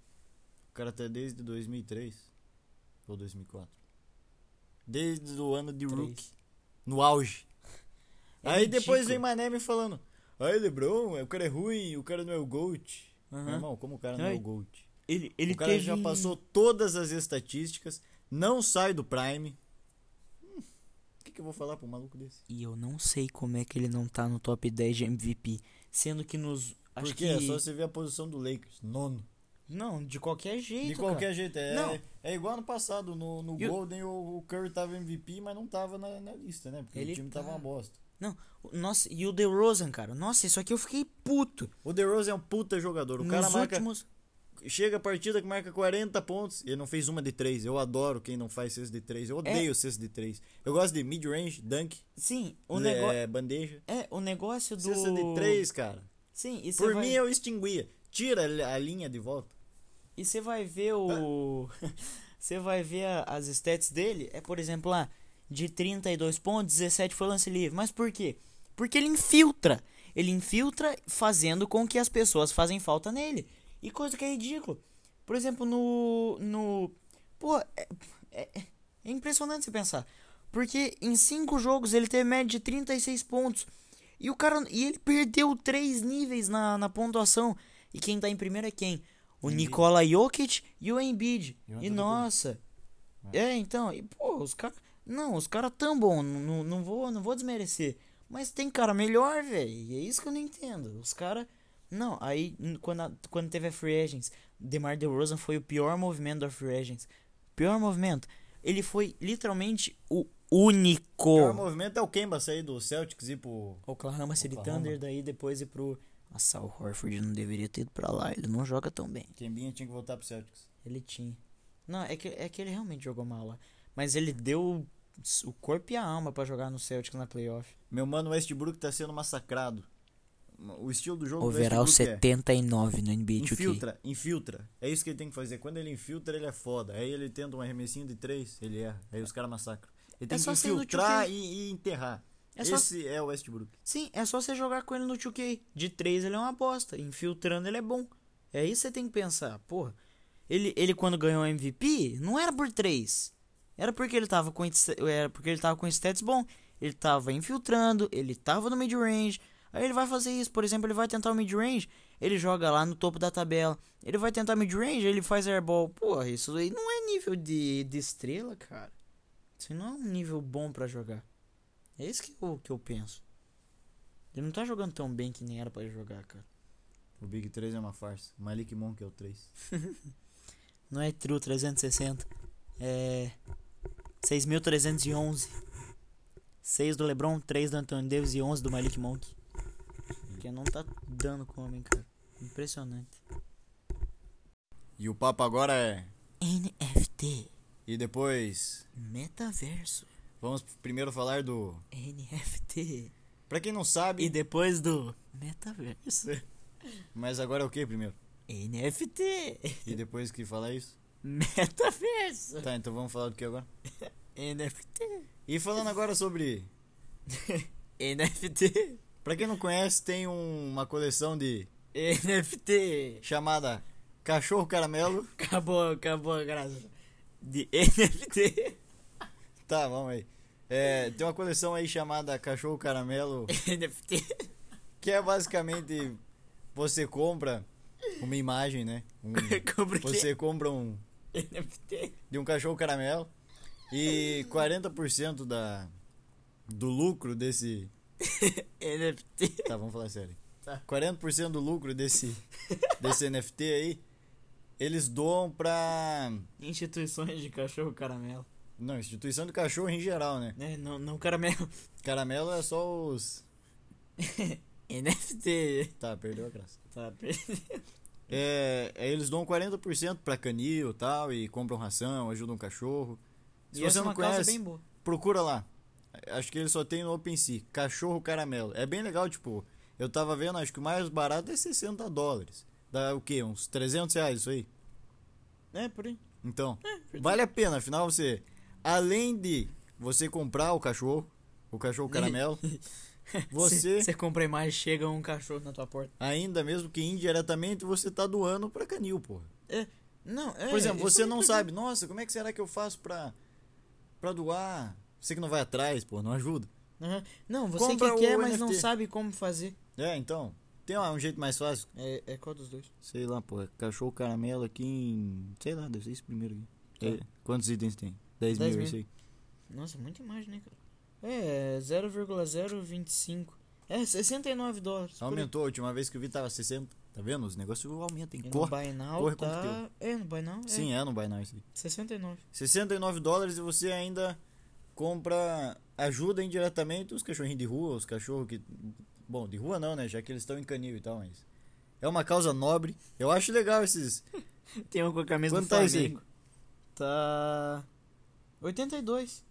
o cara tá desde 2003 ou 2004. Desde o ano de
Três.
rookie, no auge.
É
Aí
ridículo.
depois vem Mané me falando: "Aí LeBron, o cara é ruim, o cara não é o GOAT".
Aham.
Meu irmão, como o cara não é
Ai,
o GOAT?
Ele, ele
o cara
teve
já
um-
passou todas as estatísticas, não sai do prime. Hum, O que que eu vou falar pro maluco desse?
E eu não sei como é que ele não tá no top 10 de MVP. Sendo que nos. Acho
Porque
que.
é só você ver a posição do Lakers, nono.
Não, de qualquer jeito.
De
cara.
qualquer jeito, é,
Não.
é, é igual no passado, no, no
E o-
Golden o, o Curry tava MVP, mas não tava na, na lista, né? Porque
Ele
o time
tá.
tava uma bosta.
Nossa, e o DeRozan, cara. Nossa, isso aqui eu fiquei puto.
O DeRozan é um puta jogador, o cara
nos
marca,
últimos.
chega a partida que marca 40 pontos, ele não fez uma de três eu adoro quem não faz cesta de três
É.
eu odeio cesta de três eu gosto de mid-range, dunk,
Sim, o
le-
negócio.
é, bandeja,
É, o negócio do.
cesta de três cara,
Sim, e você
por
vai-
mim eu extinguia, tira a li- a linha de volta.
E você vai ver o. Você vai ver a- as stats dele. É, por exemplo, lá, de 32 pontos, 17 foi lance livre. Mas por quê? Porque ele infiltra. Ele infiltra fazendo com que as pessoas fazem falta nele. E coisa que é ridículo. Por exemplo, no. no. Pô, é, é- é impressionante você pensar. Porque em cinco jogos ele teve média de 36 pontos. E o cara. E ele perdeu três níveis na, na pontuação. E quem tá em primeiro é quem? O Nikola Jokic e o Embiid.
E o
E
Antetokounmpo.
nossa. É, então, e pô, os caras. Não, os caras tão bom, n- n- não vou, não vou desmerecer. Mas tem cara melhor, velho. E é isso que eu não entendo. Os caras. Não, aí n- quando, a- quando teve a Free Agents, DeMar DeRozan foi o pior movimento da Free Agents. Pior movimento. Ele foi literalmente o único.
O pior movimento é o Kemba sair do Celtics e ir pro...
Oklahoma City
Oklahoma.
Thunder, daí depois ir pro. Nossa, o Horford não deveria ter ido pra lá, ele não joga tão bem.
Kembinha tinha que voltar pro Celtics.
Ele tinha. Não, é que, é que ele realmente jogou mal lá. Mas ele deu o corpo e a alma pra jogar no Celtics na playoff.
Meu mano Westbrook tá sendo massacrado. O estilo do jogo
Overall um
do Westbrook
79 no NBA
é
2K.
infiltra, infiltra. É isso que ele tem que fazer. Quando ele infiltra, ele é foda. Aí ele tenta um arremessinho de três, ele erra. Aí os caras massacram. Ele tem
É só
que
sair do
infiltrar e, e enterrar.
É só,
Esse é o Westbrook.
Sim, é só você jogar com ele no 2K. De 3 ele é uma bosta. Infiltrando ele é bom. É isso que você tem que pensar. Porra, ele, ele quando ganhou o MVP, não era por 3. Era porque ele tava com inst- era porque ele tava com stats bom. Ele tava infiltrando, ele tava no mid-range. Aí ele vai fazer isso, por exemplo, ele vai tentar o mid-range, ele joga lá no topo da tabela. Ele vai tentar mid-range, ele faz airball. Porra, isso aí não é nível de, de estrela, cara. Isso não é um nível bom pra jogar. É isso que eu, que eu penso. Ele não tá jogando tão bem que nem era pra ele jogar, cara.
O Big 3 é uma farsa. Malik Monk é o 3.
Não é True 360. É. 6.311. 6 do LeBron, 3 do Anthony Davis e 11 do Malik Monk. Porque não tá dando com o homem, cara. Impressionante.
E o papo agora é.
NFT.
E depois.
Metaverso.
Vamos primeiro falar do.
NFT.
Pra quem não
E
sabe,
depois do Metaverso.
mas agora é o que primeiro?
NFT.
E depois que falar isso?
Metaverso.
Tá, então vamos falar do que agora?
NFT.
E falando agora sobre.
NFT.
Pra quem não conhece, tem um- uma coleção de.
NFT.
chamada Cachorro Caramelo.
Acabou, acabou a graça. De NFT.
Tá, vamos aí. É, tem uma coleção aí chamada Cachorro Caramelo.
NFT.
Que é basicamente você compra uma imagem, né? Um-
Compra o quê?
você compra um
NFT.
de um cachorro caramelo e 40% da do lucro desse,
NFT.
tá, vamos falar sério.
Tá.
40% do lucro desse desse NFT aí eles doam pra
Instituições de cachorro caramelo.
não, instituição do cachorro em geral, né?
Né? Não, não caramelo.
Caramelo é só os
NFT.
Tá, perdeu a graça.
Tá perdendo.
É, é, eles doam 40% pra canil e tal, e compram ração, ajudam o cachorro. Se
E
você
essa é
não
uma causa
conhece,
bem boa.
procura lá. Acho que ele só tem no OpenSea. Cachorro caramelo. É bem legal, tipo, eu tava vendo, acho que o mais barato é 60 dólares. Dá o quê? Uns 300 reais isso aí?
É, por aí.
Então,
verdade.
vale a pena. Afinal, você, além de você comprar o cachorro, o cachorro caramelo, Você-
Você compra a imagem, chega um cachorro na tua porta.
ainda mesmo que indiretamente, você tá doando pra canil, porra.
É. Não, é.
Por exemplo,
isso
você
é
não
legal.
sabe, nossa, como é que será que eu faço pra, pra doar? Você que não vai atrás, pô, não ajuda.
Aham. Não, você
Compra
que
o
quer, mas
NFT.
não sabe como fazer.
É, então, tem um jeito mais fácil.
É, é qual dos dois?
Sei lá, pô, cachorro caramelo aqui em. Sei lá, deve ser esse primeiro aqui.
Tá.
É, Quantos itens tem? 10
10
mil,
mil.
eu sei.
Nossa, muita imagem, né, cara? É, 0,025. É, 69 dólares. por aí.
Aumentou, a última vez que eu vi tava 60. Tá vendo? Os negócios aumentam, hein?
E no
Corre.
Buy Now
corre com o
tá... É, no Buy Now é
Sim, é no Buy Now isso aí.
69.
69 dólares e você ainda compra, ajuda indiretamente os cachorrinhos de rua, os cachorros que. Bom, de rua não, né? Já que eles estão em canil e tal, mas. É uma causa nobre. Eu acho legal esses.
Tem um com a camisa
Quanto tá esse aí?
Tá... 82.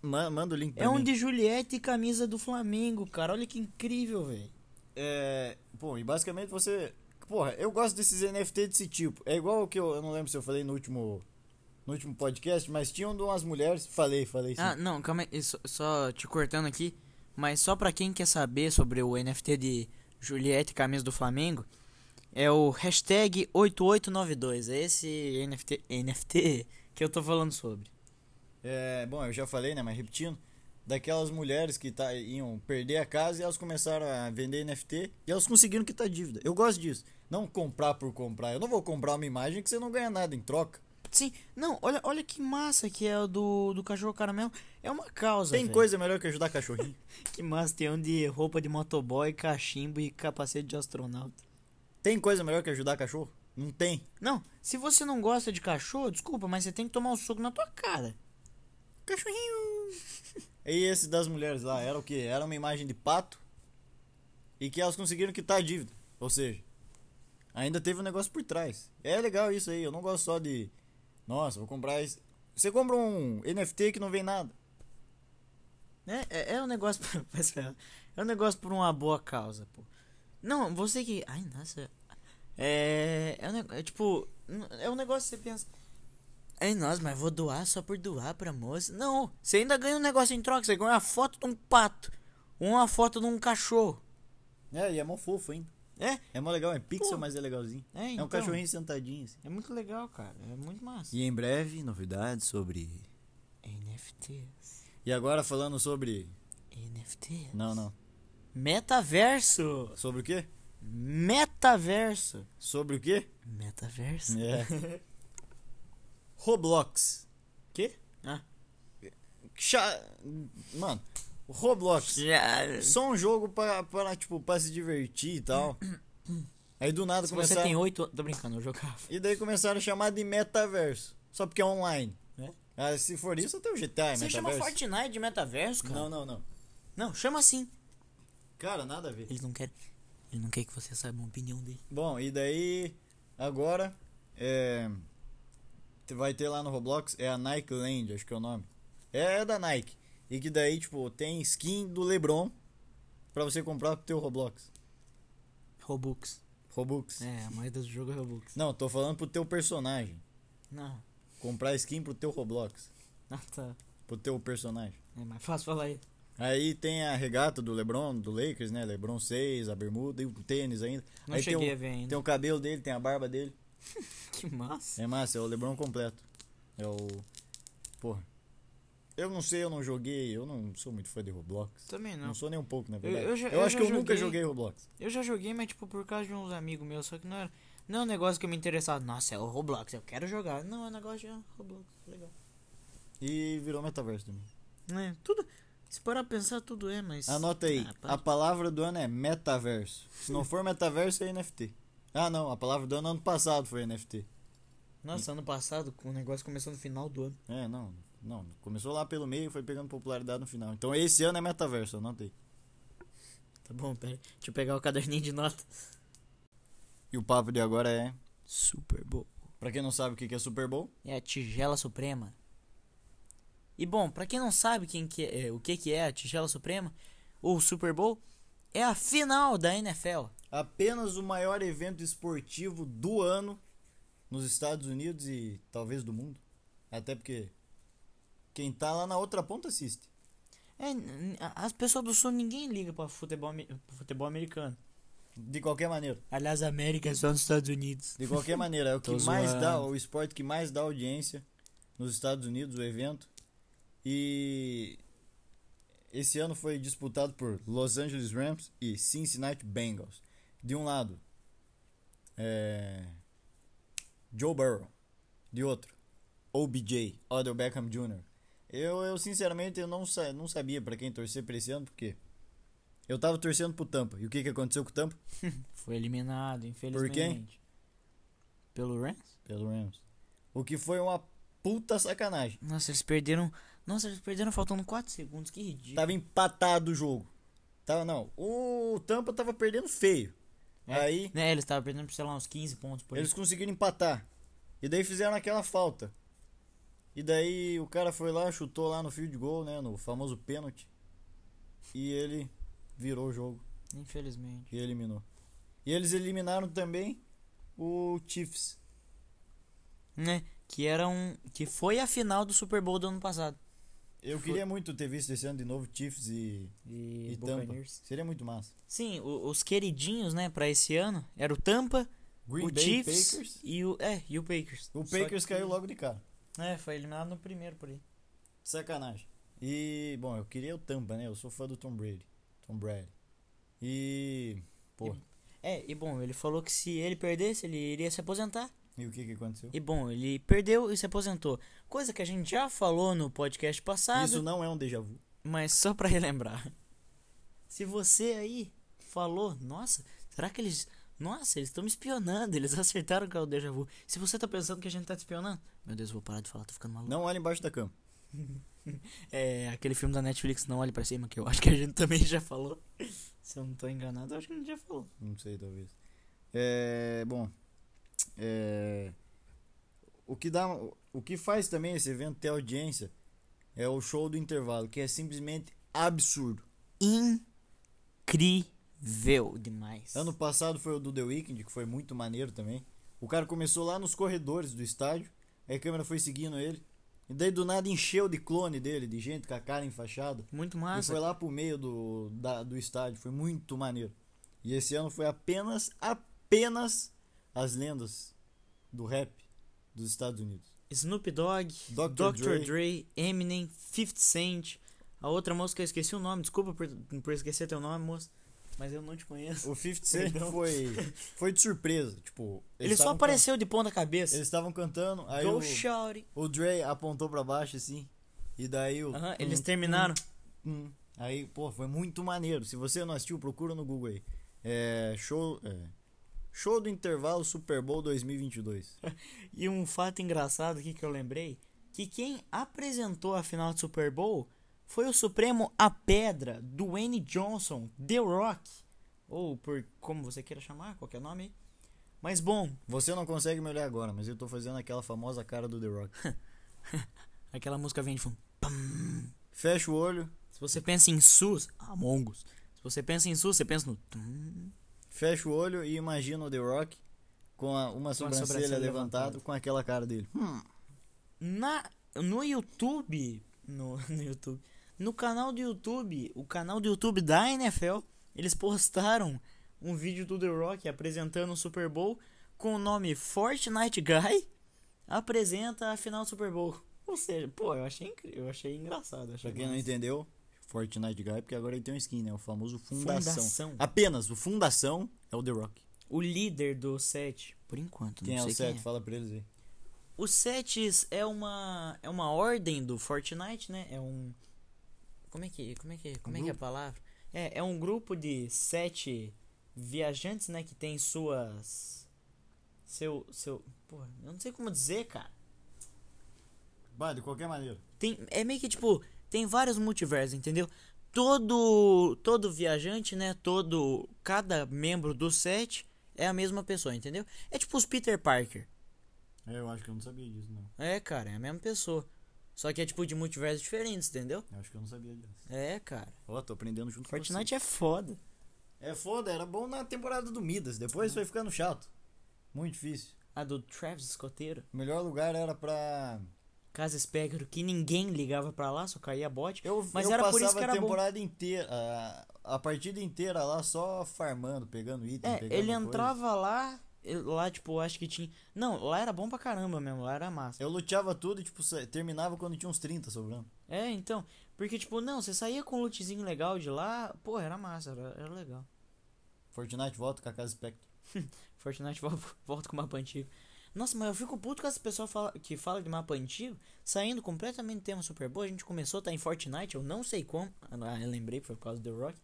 Ma- manda o link pra
É um
mim.
de Juliette e camisa do Flamengo, cara. Olha que incrível, velho.
É, bom, e basicamente você. Porra, eu gosto desses NFT desse tipo. É igual o que eu. Eu não lembro se eu falei no último. No último podcast, mas tinha um de umas mulheres. Falei, falei sim.
Ah, não, calma aí. Só, só te cortando aqui. Mas só pra quem quer saber sobre o NFT de Juliette e camisa do Flamengo, é o hashtag 8892. É esse NFT, NFT que eu tô falando sobre.
É, bom, eu já falei, né, mas repetindo, daquelas mulheres que tá, iam perder a casa e elas começaram a vender NFT e elas conseguiram quitar a dívida. Eu gosto disso. Não comprar por comprar. Eu não vou comprar uma imagem que você não ganha nada em troca.
Sim, não, olha, olha que massa que é o do, do cachorro caramelo. É uma causa.
Tem
velho.
coisa melhor que ajudar cachorrinho.
Que massa, tem um de roupa de motoboy, cachimbo e capacete de astronauta.
Tem coisa melhor que ajudar cachorro? Não tem.
Não, se você não gosta de cachorro, desculpa, mas você tem que tomar um soco na tua cara.
Cachorrinho! E esse das mulheres lá, era o quê? Era uma imagem de pato e que elas conseguiram quitar a dívida. Ou seja, ainda teve um negócio por trás. É legal isso aí, eu não gosto só de. Nossa, vou comprar esse. Você compra um NFT que não vem nada.
É, é, é um negócio pra- pra esperar. É um negócio por uma boa causa, pô. Não, você que. Ai, nossa. É. É, um, ne- é tipo. n- É um negócio que você pensa. Ai, nós, mas vou doar só por doar pra moça. Não, você ainda ganha um negócio em troca. Você ganha uma foto de um pato, uma foto de um cachorro.
É, e é mó fofo, hein?
É,
É mó legal, é pixel,
Pô.
mas é legalzinho.
É,
É,
então.
um cachorrinho sentadinho, assim.
é muito legal, cara. É muito massa.
E em breve, novidades sobre.
NFTs.
E agora falando sobre.
NFTs.
Não, não.
Metaverso.
Sobre o quê?
Metaverso.
Sobre o quê?
Metaverso.
É. Roblox.
Quê? Ah.
Xa- Mano, Roblox. Só um jogo pra, pra, tipo, pra se divertir e tal. Aí do nada
Se você tem um-
começaram.
oito anos. Tô brincando, eu jogava.
E daí começaram a chamar de metaverso. Só porque é online.
É.
Ah, se for isso, até o GTA é
Você
metaverso.
chama Fortnite de metaverso, cara?
Não, não, não.
Não, chama assim.
Cara, nada a ver.
Ele não quer. Ele não quer que você saiba a opinião dele.
Bom, e daí agora é, te- vai ter lá no Roblox é a Nike Land, acho que é o nome. É da Nike. E que daí, tipo, tem skin do LeBron pra você comprar pro teu Roblox.
Robux.
Robux.
É, a maioria dos jogos é Robux.
Não, tô falando pro teu personagem.
Não.
Comprar skin pro teu Roblox,
Ah, tá.
pro teu personagem.
É mais fácil falar aí.
Aí tem a regata do LeBron, do Lakers, né? LeBron 6, a bermuda e o tênis ainda.
Não
Aí
cheguei
tem o,
a ver ainda.
Tem o cabelo dele, tem a barba dele.
Que massa.
É massa, é o LeBron completo. É o. Porra. Eu não sei, eu não joguei, eu não sou muito fã de Roblox.
Também
Não,
É. não.
sou nem um pouco, na verdade.
eu
Eu,
já- eu
acho
já
que eu nunca
joguei.
joguei Roblox.
Eu já joguei, mas tipo, por causa de uns amigos meus, só que não era. Não é um negócio que eu me interessava. Nossa, é o Roblox, eu quero jogar. Não, é um negócio de ah, Roblox, legal.
E virou metaverso também.
É, tudo. Se parar pra pensar, tudo é, mas.
Anota aí,
Ah, para.
a palavra do ano é metaverso. Se não for metaverso, é NFT. Ah, não, a palavra do ano ano passado foi NFT.
Nossa, ano passado, com o negócio começou no final do ano.
É, não, não. Começou lá pelo meio, foi pegando popularidade no final. Então esse ano é metaverso, anota aí.
Tá bom, pera. Deixa eu pegar o caderninho de notas.
E o papo de agora é.
Super Bowl.
Pra quem não sabe o que que é Super Bowl,
É a tigela suprema. E bom, pra quem não sabe quem que é, é, o que que é a tigela suprema ou Super Bowl, é a final da NFL.
apenas o maior evento esportivo do ano nos Estados Unidos e talvez do mundo. Até porque quem tá lá na outra ponta assiste.
É, n- a- as pessoas do sul ninguém liga pra futebol, ame- pra futebol americano.
De qualquer maneira.
Aliás, a América é só nos Estados Unidos.
De qualquer maneira, é o que
Tô
mais
zoando.
dá, o esporte que mais dá audiência nos Estados Unidos, o evento. E esse ano foi disputado por Los Angeles Rams e Cincinnati Bengals. De um lado, é, Joe Burrow. De outro, OBJ, Odell Beckham Jr. Eu, eu sinceramente, eu não, sa não sabia pra quem torcer pra esse ano, porque eu tava torcendo pro Tampa. E o que, que aconteceu com o Tampa?
Foi eliminado, infelizmente. Pelo Rams?
pelo Rams. O que foi uma puta sacanagem.
Nossa, eles perderam. Nossa, eles perderam faltando 4 segundos, que ridículo.
Tava empatado o jogo. Tava, não. O Tampa tava perdendo feio.
É.
Aí
Né, eles estavam perdendo, por, sei lá, uns 15 pontos por
eles
isso.
conseguiram empatar. E daí fizeram aquela falta. E daí o cara foi lá, chutou lá no field goal, né? No famoso pênalti. E ele virou o jogo
Infelizmente.
e eliminou. E eles eliminaram também o Chiefs.
Né? Que era um. Que foi a final do Super Bowl do ano passado.
Eu
Foi-
queria muito ter visto esse ano de novo Chiefs e,
E,
e Tampa. Seria muito massa.
Sim, o- os queridinhos, né, pra esse ano era o Tampa, o Chiefs
Packers.
e o. É, e o Packers.
O
Só
Packers
que-
caiu logo de cara.
É, foi eliminado no primeiro por aí.
Sacanagem. E, bom, eu queria o Tampa, né? Eu sou fã do Tom Brady. Tom Brady. E. Pô,
É, e bom, ele falou que se ele perdesse, ele iria se aposentar.
e o que que aconteceu?
E bom, ele perdeu e se aposentou. Coisa que a gente já falou no podcast passado,
Isso não é um déjà vu.
mas só pra relembrar. Se você aí falou, nossa, será que eles. Nossa, eles estão me espionando, eles acertaram com o déjà vu. Se você tá pensando que a gente tá te espionando, meu Deus, eu vou parar de falar, tô ficando maluco.
Não olha embaixo da cama.
É, aquele filme da Netflix, Não Olhe Pra Cima, que eu acho que a gente também já falou. Se eu não tô enganado, eu acho que a gente já falou.
Não sei, talvez. É. Bom. É. O que, dá, o que faz também esse evento ter audiência é o show do intervalo, que é simplesmente absurdo.
incrível demais.
Ano passado foi o do The Weeknd, que foi muito maneiro também. O cara começou lá nos corredores do estádio, Aí a câmera foi seguindo ele. E daí do nada encheu de clone dele, de gente com a cara enfaixada.
Muito
E
massa.
foi lá pro meio do, da- do estádio, foi muito maneiro. E esse ano foi apenas, apenas as lendas do rap dos Estados Unidos.
Snoop Dogg,
Dr.
Dr.
Dre.
Dre. Eminem, 50 Cent. A outra moça que eu esqueci o nome, desculpa por, por esquecer teu nome, moça. Mas eu não te conheço.
O 50 Cent
Perdão.
foi, foi de surpresa, tipo...
Ele um só
tavam
apareceu de ponta
can-
cabeça.
Eles estavam cantando, aí
Go
o,
shorty.
o Dre apontou pra baixo, assim, e daí o...
Aham, eles terminaram.
Hum. Aí, pô, foi muito maneiro. Se você não assistiu, procura no Google aí. É, show, é, show do intervalo Super Bowl 2022.
E um fato engraçado aqui que eu lembrei, que quem apresentou a final de Super Bowl foi o Supremo A Pedra, Dwayne Johnson, The Rock. Ou por como você queira chamar, qualquer nome. aí. Mas bom,
Você não consegue me olhar agora, mas eu tô fazendo aquela famosa cara do The Rock.
aquela música vem de fundo.
Fecha o olho,
Se você pensa em SUS, Among Us. Se você pensa em SUS, você pensa no... tum.
fecha o olho e imagina o The Rock com a- uma sobrancelha,
sobrancelha
levantada,
levantada.
com aquela cara dele. Hum.
Na, no YouTube... No, no YouTube... No canal do YouTube, o canal do YouTube da NFL, eles postaram um vídeo do The Rock apresentando o Super Bowl com o nome Fortnite Guy apresenta a final do Super Bowl. Ou seja, pô, eu achei incrível, eu achei engraçado. eu Achei
Pra quem não
massa.
entendeu, Fortnite Guy, porque agora ele tem um skin, né? O famoso Fundação.
Fundação.
Apenas o Fundação é o The Rock.
O líder do set, por enquanto,
Quem
não
é o
sei
certo?
quem é.
Fala pra eles aí.
Os sets é uma é uma ordem do Fortnite, né? É um como é que como é que como é que é a
grupo?
palavra? É, é um grupo de sete viajantes, né, que tem suas seu seu, porra, eu não sei como dizer, cara.
Bah, de qualquer maneira.
Tem é meio que tipo, tem vários multiversos, entendeu? Todo todo viajante, né, todo cada membro do set é a mesma pessoa, entendeu? É tipo os Peter Parker.
É, eu acho que eu não sabia disso, não.
É, cara, é a mesma pessoa. Só que é tipo de multiversos diferentes, entendeu?
Eu acho que eu não sabia disso.
É, cara.
Ó, tô aprendendo junto
Fortnite é foda.
com você. Uhum. É foda, era bom na temporada do Midas. Depois foi ficando chato. Muito difícil.
A do Travis Escoteiro.
O melhor lugar era pra.
Casa Spectro, que ninguém ligava pra lá, só caía bot.
Eu,
Mas
eu
era por
passava
isso que era
a
bom.
temporada inteira, a, a partida inteira lá só farmando, pegando item.
É,
pegando
ele
coisa.
entrava lá, ele- lá tipo, acho que tinha... Não, lá era bom pra caramba mesmo, lá era massa.
Eu luteava tudo e tipo, sa- terminava quando tinha uns 30 sobrando.
É, então, porque tipo, não, você saía com um lootzinho legal de lá, pô, era massa, era, era legal.
Fortnite volta com a Casa Spectre.
Fortnite vol- volta com o mapa antigo. Nossa, mas eu fico puto com as pessoas fala- que falam de mapa antigo, saindo completamente do tema Super Bowl. A gente começou a tá em Fortnite, eu não sei como. Ah, eu lembrei, foi por causa do The Rock.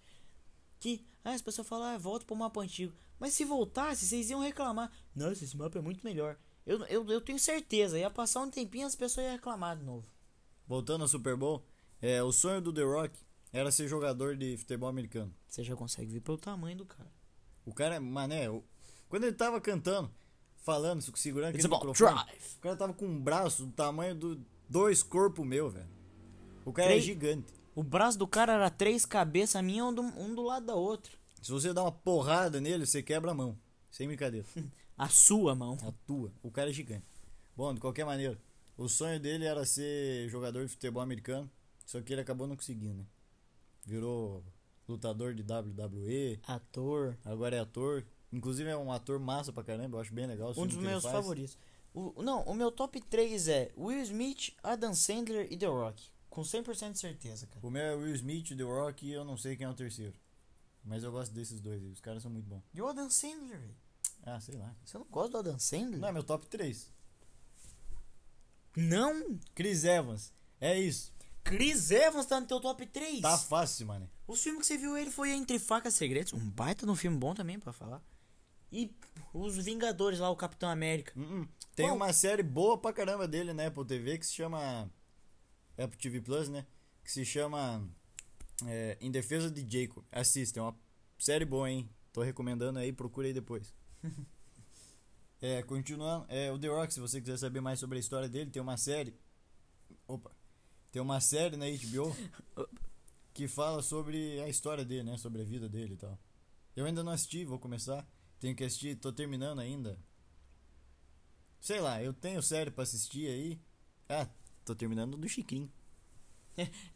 Que ah, as pessoas falam, ah, volta pro mapa antigo. Mas se voltasse, vocês iam reclamar. Nossa, esse mapa é muito melhor. Eu, eu, eu tenho certeza, ia passar um tempinho as pessoas iam reclamar de novo.
Voltando ao Super Bowl, é, o sonho do The Rock era ser jogador de futebol americano.
Você já consegue ver pelo tamanho do cara.
O cara, mané, o- quando ele tava cantando, falando, se- segurando
It's
aquele
about
microfone,
drive.
o cara tava com um braço do tamanho do dois corpos meu, velho. O cara é
Três-
gigante.
O braço do cara era três cabeças, a minha um do, um do lado da outra.
Se você dá uma porrada nele, você quebra a mão. Sem brincadeira.
A sua mão.
A tua. O cara é gigante. Bom, de qualquer maneira, o sonho dele era ser jogador de futebol americano, só que ele acabou não conseguindo, né? Virou lutador de WWE,
Ator.
agora é ator. Inclusive é um ator massa pra caramba, eu acho bem legal. os
Um
filmes
dos
que ele
meus
faz.
favoritos. O, não, o meu top 3 é Will Smith, Adam Sandler e The Rock. Com 100% de certeza, cara.
O meu é Will Smith, The Rock e eu não sei quem é o terceiro. Mas eu gosto desses dois aí, os caras são muito bons.
E o Adam Sandler, velho?
Ah, sei lá.
Você não gosta do Adam Sandler?
Não, é meu top 3.
Não?
Chris Evans. É isso.
Chris Evans tá no teu top 3?
Tá fácil, mano.
Os filmes que você viu ele foi Entre Facas e Segredos. Um baita de um filme bom também, pra falar. E os Vingadores lá, o Capitão América.
Hum, hum. Tem
Qual?
uma série boa pra caramba dele, né, Apple TV, que se chama. Apple TV Plus, né? Que se chama. é, em Defesa de Jacob. Assista, é uma série boa, hein? Tô recomendando aí, procura aí depois. é, continuando. É, o The Rock, se você quiser saber mais sobre a história dele, tem uma série. Opa! Tem uma série na HBO que fala sobre a história dele, né? Sobre a vida dele e tal. Eu ainda não assisti, vou começar. Tenho que assistir, tô terminando ainda. Sei lá, eu tenho série pra assistir aí. Ah, tô terminando do Chiquinho.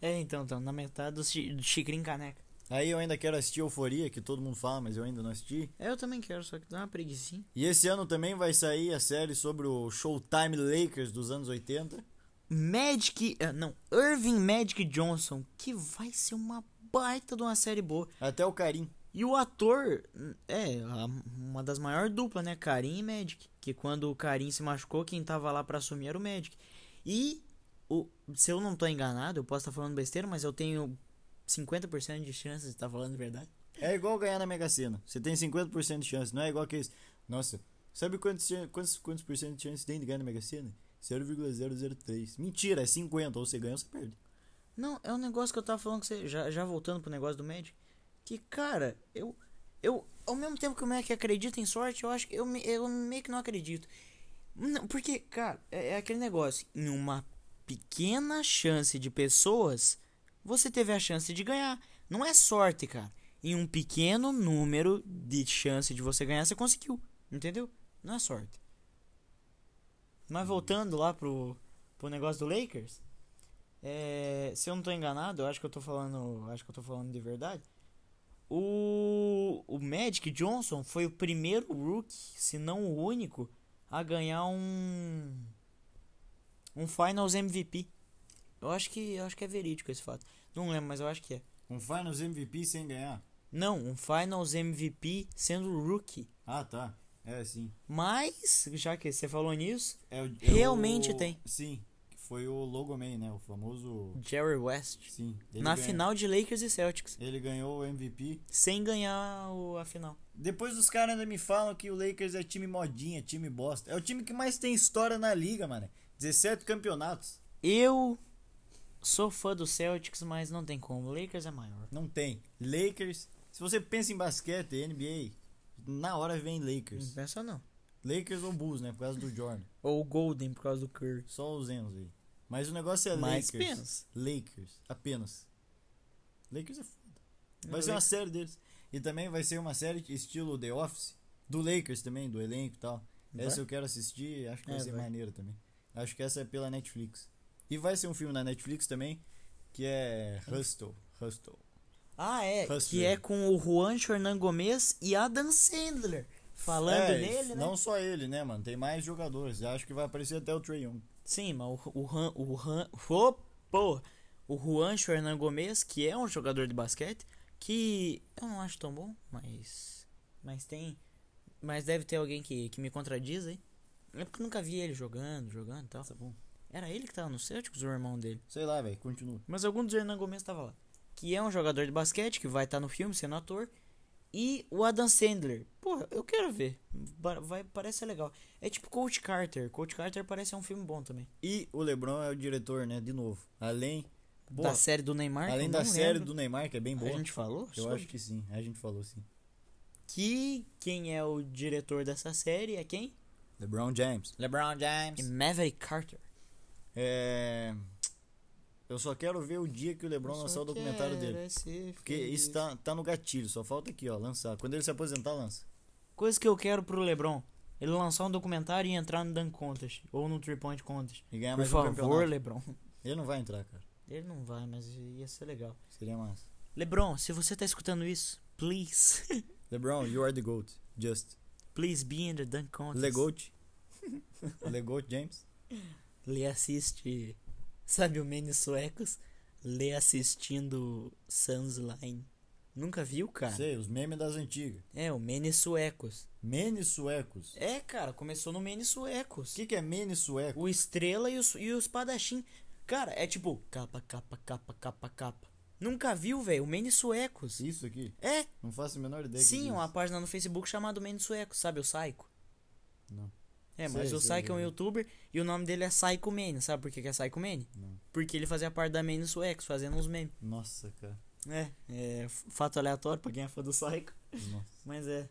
É, então, então, na metade do, chi do xicrim caneca.
Aí eu ainda quero assistir Euforia, que todo mundo fala, mas eu ainda não assisti.
É, Eu também quero, só que dá uma preguiçinha.
E esse ano também vai sair a série sobre o Showtime Lakers dos anos 80.
Magic. ah, Não, Irving Magic Johnson, que vai ser uma baita de uma série boa.
Até o Karim.
E o ator hum, é a- uma das maiores duplas, né? Karim e Magic. Que quando o Karim se machucou, quem tava lá pra assumir era o Magic. E o, se eu não tô enganado, eu posso estar falando besteira, mas eu tenho 50% de chances de estar falando verdade.
É igual ganhar na Mega Sena. Você tem 50% de chance, não é igual aqueles. Nossa, sabe quantos, chan- quantos, quantos por cento de chance tem de ganhar na Mega Sena? 0,003. Mentira, é 50. Ou você ganha ou você perde.
Não, é um negócio que eu tava falando com você, já, já voltando pro negócio do Magic. Que, cara, eu. Eu. Ao mesmo tempo que o Magic acredita em sorte, eu acho que. Eu, me- eu meio que não acredito. Não, porque, cara, é, é aquele negócio. Em uma pequena chance de pessoas, você teve a chance de ganhar. Não é sorte, cara. Em um pequeno número de chance de você ganhar, você conseguiu. Entendeu? Não é sorte. Mas voltando lá pro, pro negócio do Lakers. É, se eu não tô enganado, eu acho que eu tô falando, acho que eu tô falando de verdade. O, o Magic Johnson foi o primeiro rookie, se não o único, a ganhar um um Finals MVP. Eu acho que, eu acho que é verídico esse fato. Não lembro, mas eu acho que é.
Um Finals MVP sem ganhar.
Não, um Finals MVP sendo rookie.
Ah, tá. É assim.
Mas, já que você falou nisso,
É o- é
Realmente
o-
tem.
Sim, foi o Logoman, né? O famoso.
Jerry West
Sim. ele
na
ganhou-
final de Lakers e Celtics,
Ele ganhou o MVP.
sem ganhar o- a final.
Depois os caras ainda me falam que o Lakers é time modinha, time bosta. É o time que mais tem história na liga, mano. 17 campeonatos.
Eu sou fã do Celtics, mas não tem como. O Lakers é maior.
Não tem. Lakers. Se você pensa em basquete, NBA, na hora vem Lakers.
pensa não.
Lakers ou Bulls, né? Por causa do Jordan.
Ou o Golden por causa do Curry.
Só os Zenos aí. Mas o negócio é
Mas
Lakers.
pensa.
Lakers. Apenas. Lakers é foda. Vai
É,
ser uma
Lakers.
série deles. E também vai ser uma série de estilo The Office. Do Lakers também, do elenco e tal. Essa
Vai?
eu quero assistir, acho que vai
É,
ser
vai.
maneira também. Acho que essa é pela Netflix. E vai ser um filme na Netflix também, que é Hustle. Hustle.
Ah, é.
Hustler.
Que é com o Juan Hernan Gomes e Adam Sandler. Falando
É,
nele, né?
Não só ele, né, mano? Tem mais jogadores. Acho que vai aparecer até o Trae Young.
Sim, mas o, o, Han, o, Han, Ô, porra! o Juan Hernan Gomes, que é um jogador de basquete, que eu não acho tão bom, mas. Mas tem. Mas deve ter alguém que, que me contradiz aí. É porque eu nunca vi ele jogando, jogando e tal.
Tá bom.
Era ele que tava no Celtics, o irmão dele.
Sei lá, velho. Continua.
Mas algum dos Hernan Gomes tava lá. Que é um jogador de basquete, que vai estar no filme sendo ator. E o Adam Sandler. Porra, eu quero ver. Ba- Vai, parece ser legal. É tipo Coach Carter. Coach Carter parece ser um filme bom também.
E o LeBron é o diretor, né? De novo. Além. Boa,
da série do Neymar.
além
eu
da
não
série
lembro.
do Neymar, que é bem boa.
A gente falou?
Eu
sobre?
acho que sim. A gente falou sim.
Que quem é o diretor dessa série é quem?
LeBron James. LeBron
É
James.
Maverick Carter.
É. Eu só quero ver o dia que o LeBron lançar o documentário dele. Porque isso tá, tá no gatilho, só falta aqui, ó, lançar. Quando ele se aposentar, lança.
Coisa que eu quero pro LeBron. Ele lançar um documentário e entrar no Dunk Contest. Ou no Three Point Contest.
E ganhar
Por
mais um
favor,
campeonato.
LeBron.
Ele não vai entrar, cara.
Ele não vai, mas ia ser legal.
Seria massa.
LeBron, se você tá escutando isso, please.
LeBron, you are the GOAT. Just.
please be in the Dunk Contest.
Legote. Legote James.
Lê assiste. Sabe o Menes Suecos? Lê assistindo Sans Line. Nunca viu, cara?
Sei, os memes das antigas.
É, o Menes Suecos.
Menes suecos. O
É, cara, começou no Menes Suecos.
que, que é menes sueco?
O Estrela e o, su- e o Espadachim. Cara, é tipo capa, capa, capa, capa, capa. Nunca viu, velho? O Menes Suecos.
Isso aqui?
É,
Não faço a menor ideia. que é
sim,
diz.
uma página no Facebook chamada Menes Suecos, sabe? O Saico.
Não.
É, mas
Sei,
o
sei,
Saico é um
sei.
youtuber e o nome dele é Saico Menes. Sabe por que, que é Saico Menes?
Não.
Porque ele fazia parte da Menes Suecos, fazendo uns memes.
Nossa, cara.
É, é f- fato aleatório pra quem é fã do Psycho,
Nossa.
mas é.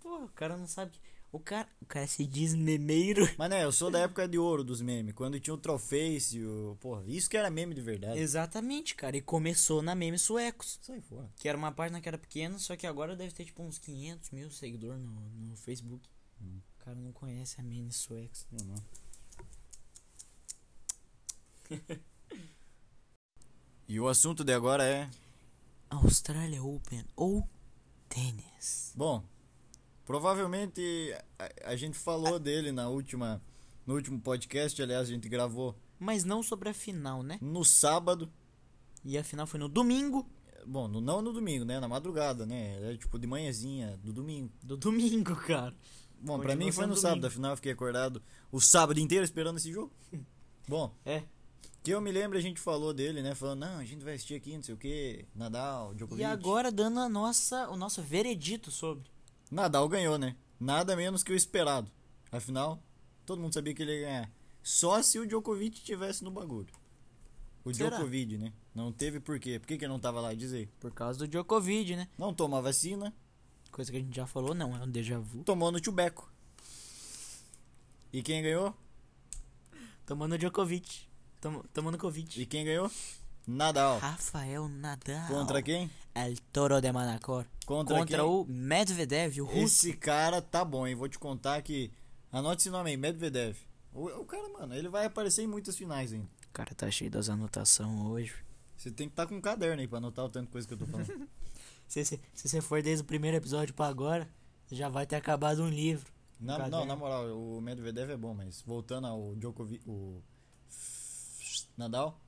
Pô, o cara não sabe. que- O cara, o cara se diz memeiro.
Mas né, eu sou da época de ouro dos memes. Quando tinha o Trollface, o. Porra, isso que era meme de verdade.
Exatamente, cara. E começou na meme suecos.
Sai fora.
Que era uma
Hum.
página que era pequena, só que agora deve ter tipo uns 500 mil seguidores no, no Facebook. O cara não conhece a Mini Suex.
Eu não. e o assunto de agora é.
Australia Open ou tênis.
Bom, provavelmente a, a gente falou dele na última, no último podcast, aliás, a gente gravou
Mas não sobre a final, né?
no sábado.
E a final foi no domingo.
Bom, no- não no domingo, né? Na madrugada, né? É tipo de manhãzinha, do domingo.
Do domingo, cara.
Bom, pra
Continua
mim foi
sendo
no sábado,
domingo.
afinal eu fiquei acordado o sábado inteiro esperando esse jogo. Bom,
É.
que eu me lembro a gente falou dele, né? Falando, não, a gente vai assistir aqui, não sei o que, Nadal, Djokovic.
E agora dando a nossa, o nosso veredito sobre.
Nadal ganhou, né? Nada menos que o esperado. Afinal, todo mundo sabia que ele ia ganhar. Só se o Djokovic tivesse no bagulho. O
Será?
Djokovic, né? Não teve por quê. Por que, que ele não tava lá? Diz aí.
Por causa do Djokovic, né?
Não toma vacina,
Coisa que a gente já falou, não, é um déjà vu.
tomou no Tchubeco. E quem ganhou?
Tomando Djokovic. Tomo- tomando
E
Covid.
quem ganhou? Nadal.
Rafael Nadal.
Contra quem?
El Toro de Manacor.
Contra,
Contra,
quem?
o Medvedev, o russo.
Esse cara tá bom, hein? Vou te contar que. Anote esse nome aí, Medvedev. O, o cara, mano, ele vai aparecer em muitas finais ainda.
O cara tá cheio das anotações hoje.
Você tem que estar com um caderno aí pra anotar o tanto de coisa que eu tô falando.
Se você se, você for desde o primeiro episódio pra agora, já vai ter acabado um livro.
Na- não,
caderno.
na moral, o Medvedev é bom, mas voltando ao Djokovic. O. Nadal.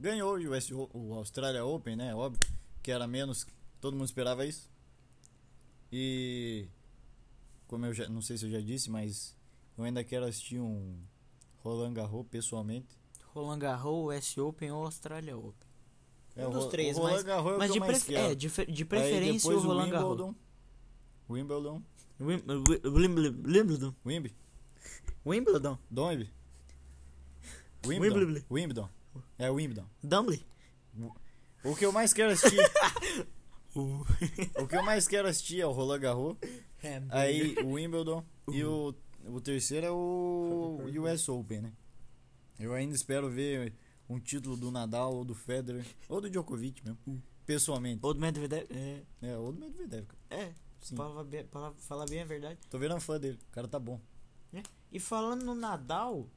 Ganhou o, US, O- o Australia Open, né? Óbvio. Que era menos. Todo mundo esperava isso. E. Como eu já. Não sei se eu já disse, mas. Eu ainda quero assistir um. Roland Garros pessoalmente.
Roland Garros, US Open ou Austrália Open.
É,
Um
o
dos
Ro-
três,
o Roland
mas-
Garros é o
Mas
que
de,
eu mais
prefe-
quero.
é, de, fe- de
Aí
preferência o
depois
Roland Garros.
Wimbledon.
Wim- Wi- Wimbledon. Wimbledon.
Wimb.
Wimbledon.
Domb. Wimbledon.
Wimbledon.
Wimbledon. É Wimbledon.
Dumbly.
O que eu mais quero assistir, o que eu mais quero assistir é o Roland Garros,
É.
aí o Wimbledon e o, o terceiro é o US Open, né? Eu ainda espero ver um título do Nadal ou do Federer ou do Djokovic
Hum.
mesmo, pessoalmente.
Old Medvedev. É.
É, ou do Medvedev, cara.
é.
Sim.
Fala, bem- fala- fala bem a verdade.
Tô virando fã dele. O cara tá bom.
E falando no Nadal,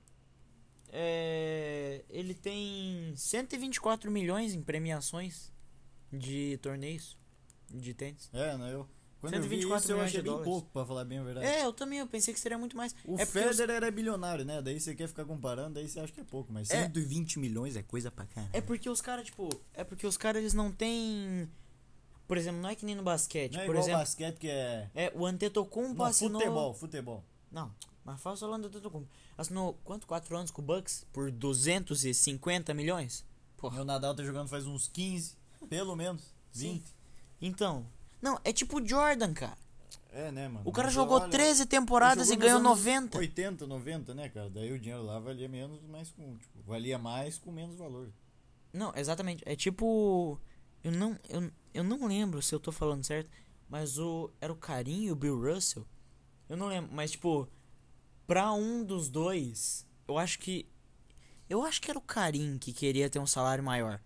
é, ele tem 124 milhões em premiações de torneios de tênis.
É, né? Eu, quando eu vi
124
isso, eu
milhões
achei
de
bem
dólares.
pouco, pra falar bem a verdade.
É, eu também, eu pensei que seria muito mais.
O
é porque os-
Federer é bilionário, né? Daí você quer ficar comparando, daí você acha que é pouco, mas
É.
120 milhões é coisa pra caralho.
É porque os caras, tipo, é porque os caras eles não têm. Por exemplo, não é que nem no basquete.
Não é
por
igual
exemplo,
basquete que é...
é, o Antetokounmpo
Não,
assinou.
futebol, futebol.
Não, mas fala falando do Antetokounmpo. Assinou quanto? 4 anos com o Bucks? Por 250 milhões?
Meu Nadal tá jogando faz uns 15, pelo menos, 20.
Então. Não, é tipo o Jordan, cara.
É, né, mano?
O cara
Mas
jogou
olha,
13 temporadas
jogou
e
nos
ganhou
anos
90.
80, 90, né, cara? Daí o dinheiro lá valia menos, mas com... Tipo, valia mais com menos valor.
Não, exatamente. É tipo. Eu não, eu, eu não lembro se eu tô falando certo, mas o. Era o Carinho e o Bill Russell? Eu não lembro, mas tipo. Pra um dos dois, eu acho que. Eu acho que era o Carim que queria ter um salário maior.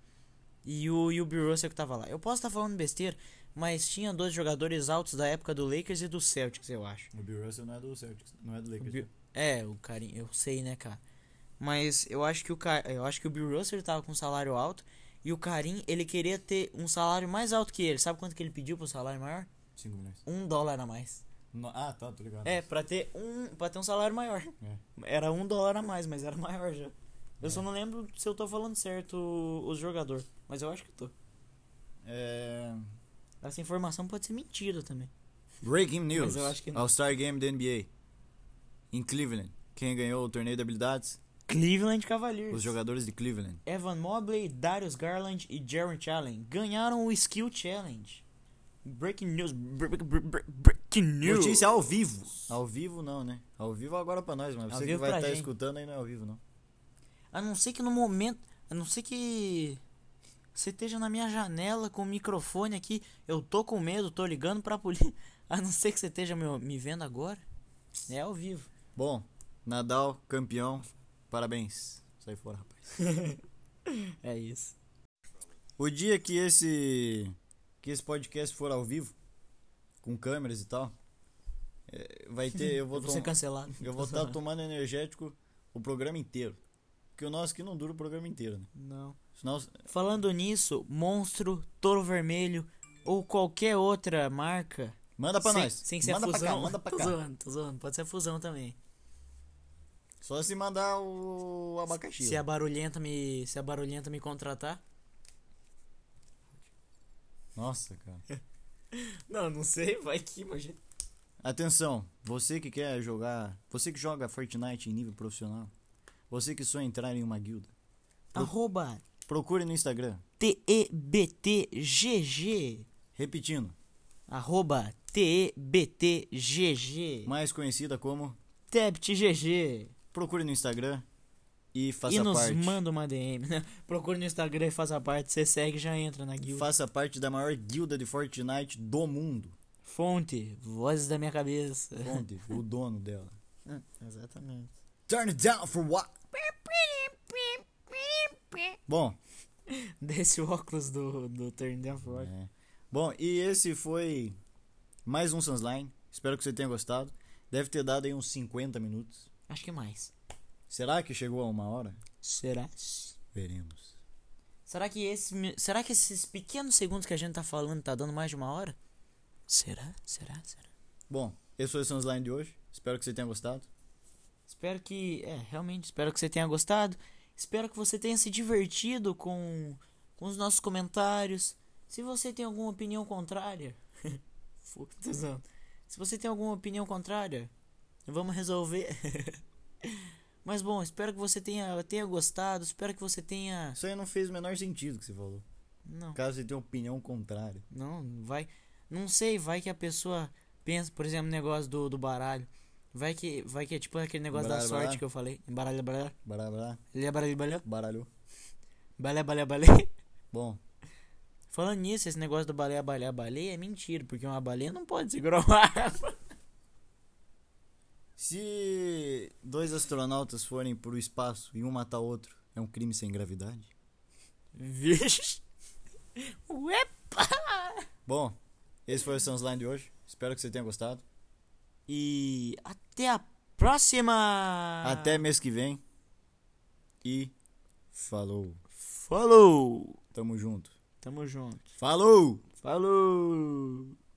E o, e o Bill Russell que tava lá. Eu posso estar falando besteira, mas tinha dois jogadores altos da época do Lakers e do Celtics, eu acho.
O Bill Russell não é do Celtics, não é do
O
Lakers.
Bill- É, o carinho, eu sei, né, cara. Mas eu acho que o ca... eu acho que o Bill Russell tava com um salário alto e o Karim, ele queria ter um salário mais alto que ele. Sabe quanto que ele pediu pro salário maior?
5 milhões.
Um dólar a mais.
No- Ah, tá, tô ligado.
É, pra ter um, para ter um salário maior.
É.
Era um dólar a mais, mas era maior já. Eu só não lembro se eu tô falando certo os jogador, mas eu acho que tô.
É...
Essa informação pode ser mentira também.
Breaking news.
Mas eu acho que não.
All-Star Game da NBA. Em Cleveland. Quem ganhou o torneio de habilidades?
Cleveland Cavaliers.
Os jogadores de Cleveland.
Evan Mobley, Darius Garland e Jaron Allen ganharam o Skill Challenge. Breaking news. br- br- br- br- breaking news.
Notícia ao vivo. Ao vivo não, né? Ao vivo agora pra nós, mas
Ao
você que
vivo
vai
pra
estar
gente.
escutando aí não é ao vivo, não.
A não ser que no momento. A não ser que. Você esteja na minha janela com o microfone aqui. Eu tô com medo, tô ligando pra polícia. A não ser que você esteja me, me vendo agora. É ao vivo.
Bom, Nadal, campeão. Parabéns. Sai fora, rapaz.
É isso.
O dia que esse que esse podcast for ao vivo, com câmeras e tal, É, Vai ter, eu vou,
Eu vou ser
tom-
cancelado.
eu vou estar tomando energético o programa inteiro. Porque o nosso aqui não dura o programa inteiro, né?
Não.
Senão,
Falando nisso, Monstro, Toro Vermelho ou qualquer outra marca.
manda pra
sem,
nós.
Sem ser
manda
é fusão.
pra cá, manda pra
tô
cá.
zoando, tô zoando. Pode ser fusão também.
Só se mandar o abacaxi.
Se a barulhenta me, se a barulhenta me contratar?
Nossa, cara.
Não, não sei, vai que imagina.
Atenção, você que quer jogar, você que joga Fortnite em nível profissional, você que sonha entrar em uma guilda,
Arroba
procure no Instagram,
TEBTGG.
repetindo,
Arroba TEBTGG.
mais conhecida como
TEBTGG.
procure no Instagram e faça
E nos
parte.
manda uma DM. né? Procure no Instagram e faça parte. Você segue já entra na guilda.
Faça parte da maior guilda de Fortnite do mundo.
Fonte, vozes da minha cabeça.
Onde? o dono dela.
Hum, Exatamente.
Turn it down for what? Bom,
Desse óculos do, do Turn Down for What.
é. bom, e esse foi mais um Sunsline. Espero que você tenha gostado. Deve ter dado aí uns 50 minutos.
Acho que mais.
Será que chegou a uma hora?
Será?
Veremos.
Será que, esse, mi- será que esses pequenos segundos que a gente tá falando tá dando mais de uma hora? Será? Será? Será?
Bom, esse foi o Sunsline de hoje. Espero que você tenha gostado.
Espero que. É, realmente, espero que você tenha gostado. Espero que você tenha se divertido com, com os nossos comentários. Se você tem alguma opinião contrária. Fu- tô zoando. Se você tem alguma opinião contrária, vamos resolver. Mas bom, espero que você tenha, tenha gostado. Espero que você tenha.
Isso aí não fez o menor sentido que você falou.
Não,
Caso você tenha opinião contrária.
não, vai. Não sei, vai que a pessoa pensa, por exemplo, no negócio do, do baralho. Vai que, vai que é tipo aquele negócio da
Baralho,
sorte
baralho.
que eu falei. Baralho, baralho.
Bará, bará,
Ele é baralho, baralho.
baralhou.
Balé, balé, balé.
Bom,
Falando nisso, esse negócio do baleia, baleia, baleia é mentira, porque uma baleia não pode segurar uma arma.
se dois astronautas forem pro espaço e um matar o outro, é um crime sem gravidade?
Vixe. Ué.
Bom, esse foi o Sunsline de hoje. Espero que você tenha gostado.
E até a próxima.
Até mês que vem. E falou.
Falou.
Tamo junto.
Tamo junto.
Falou!
Falou.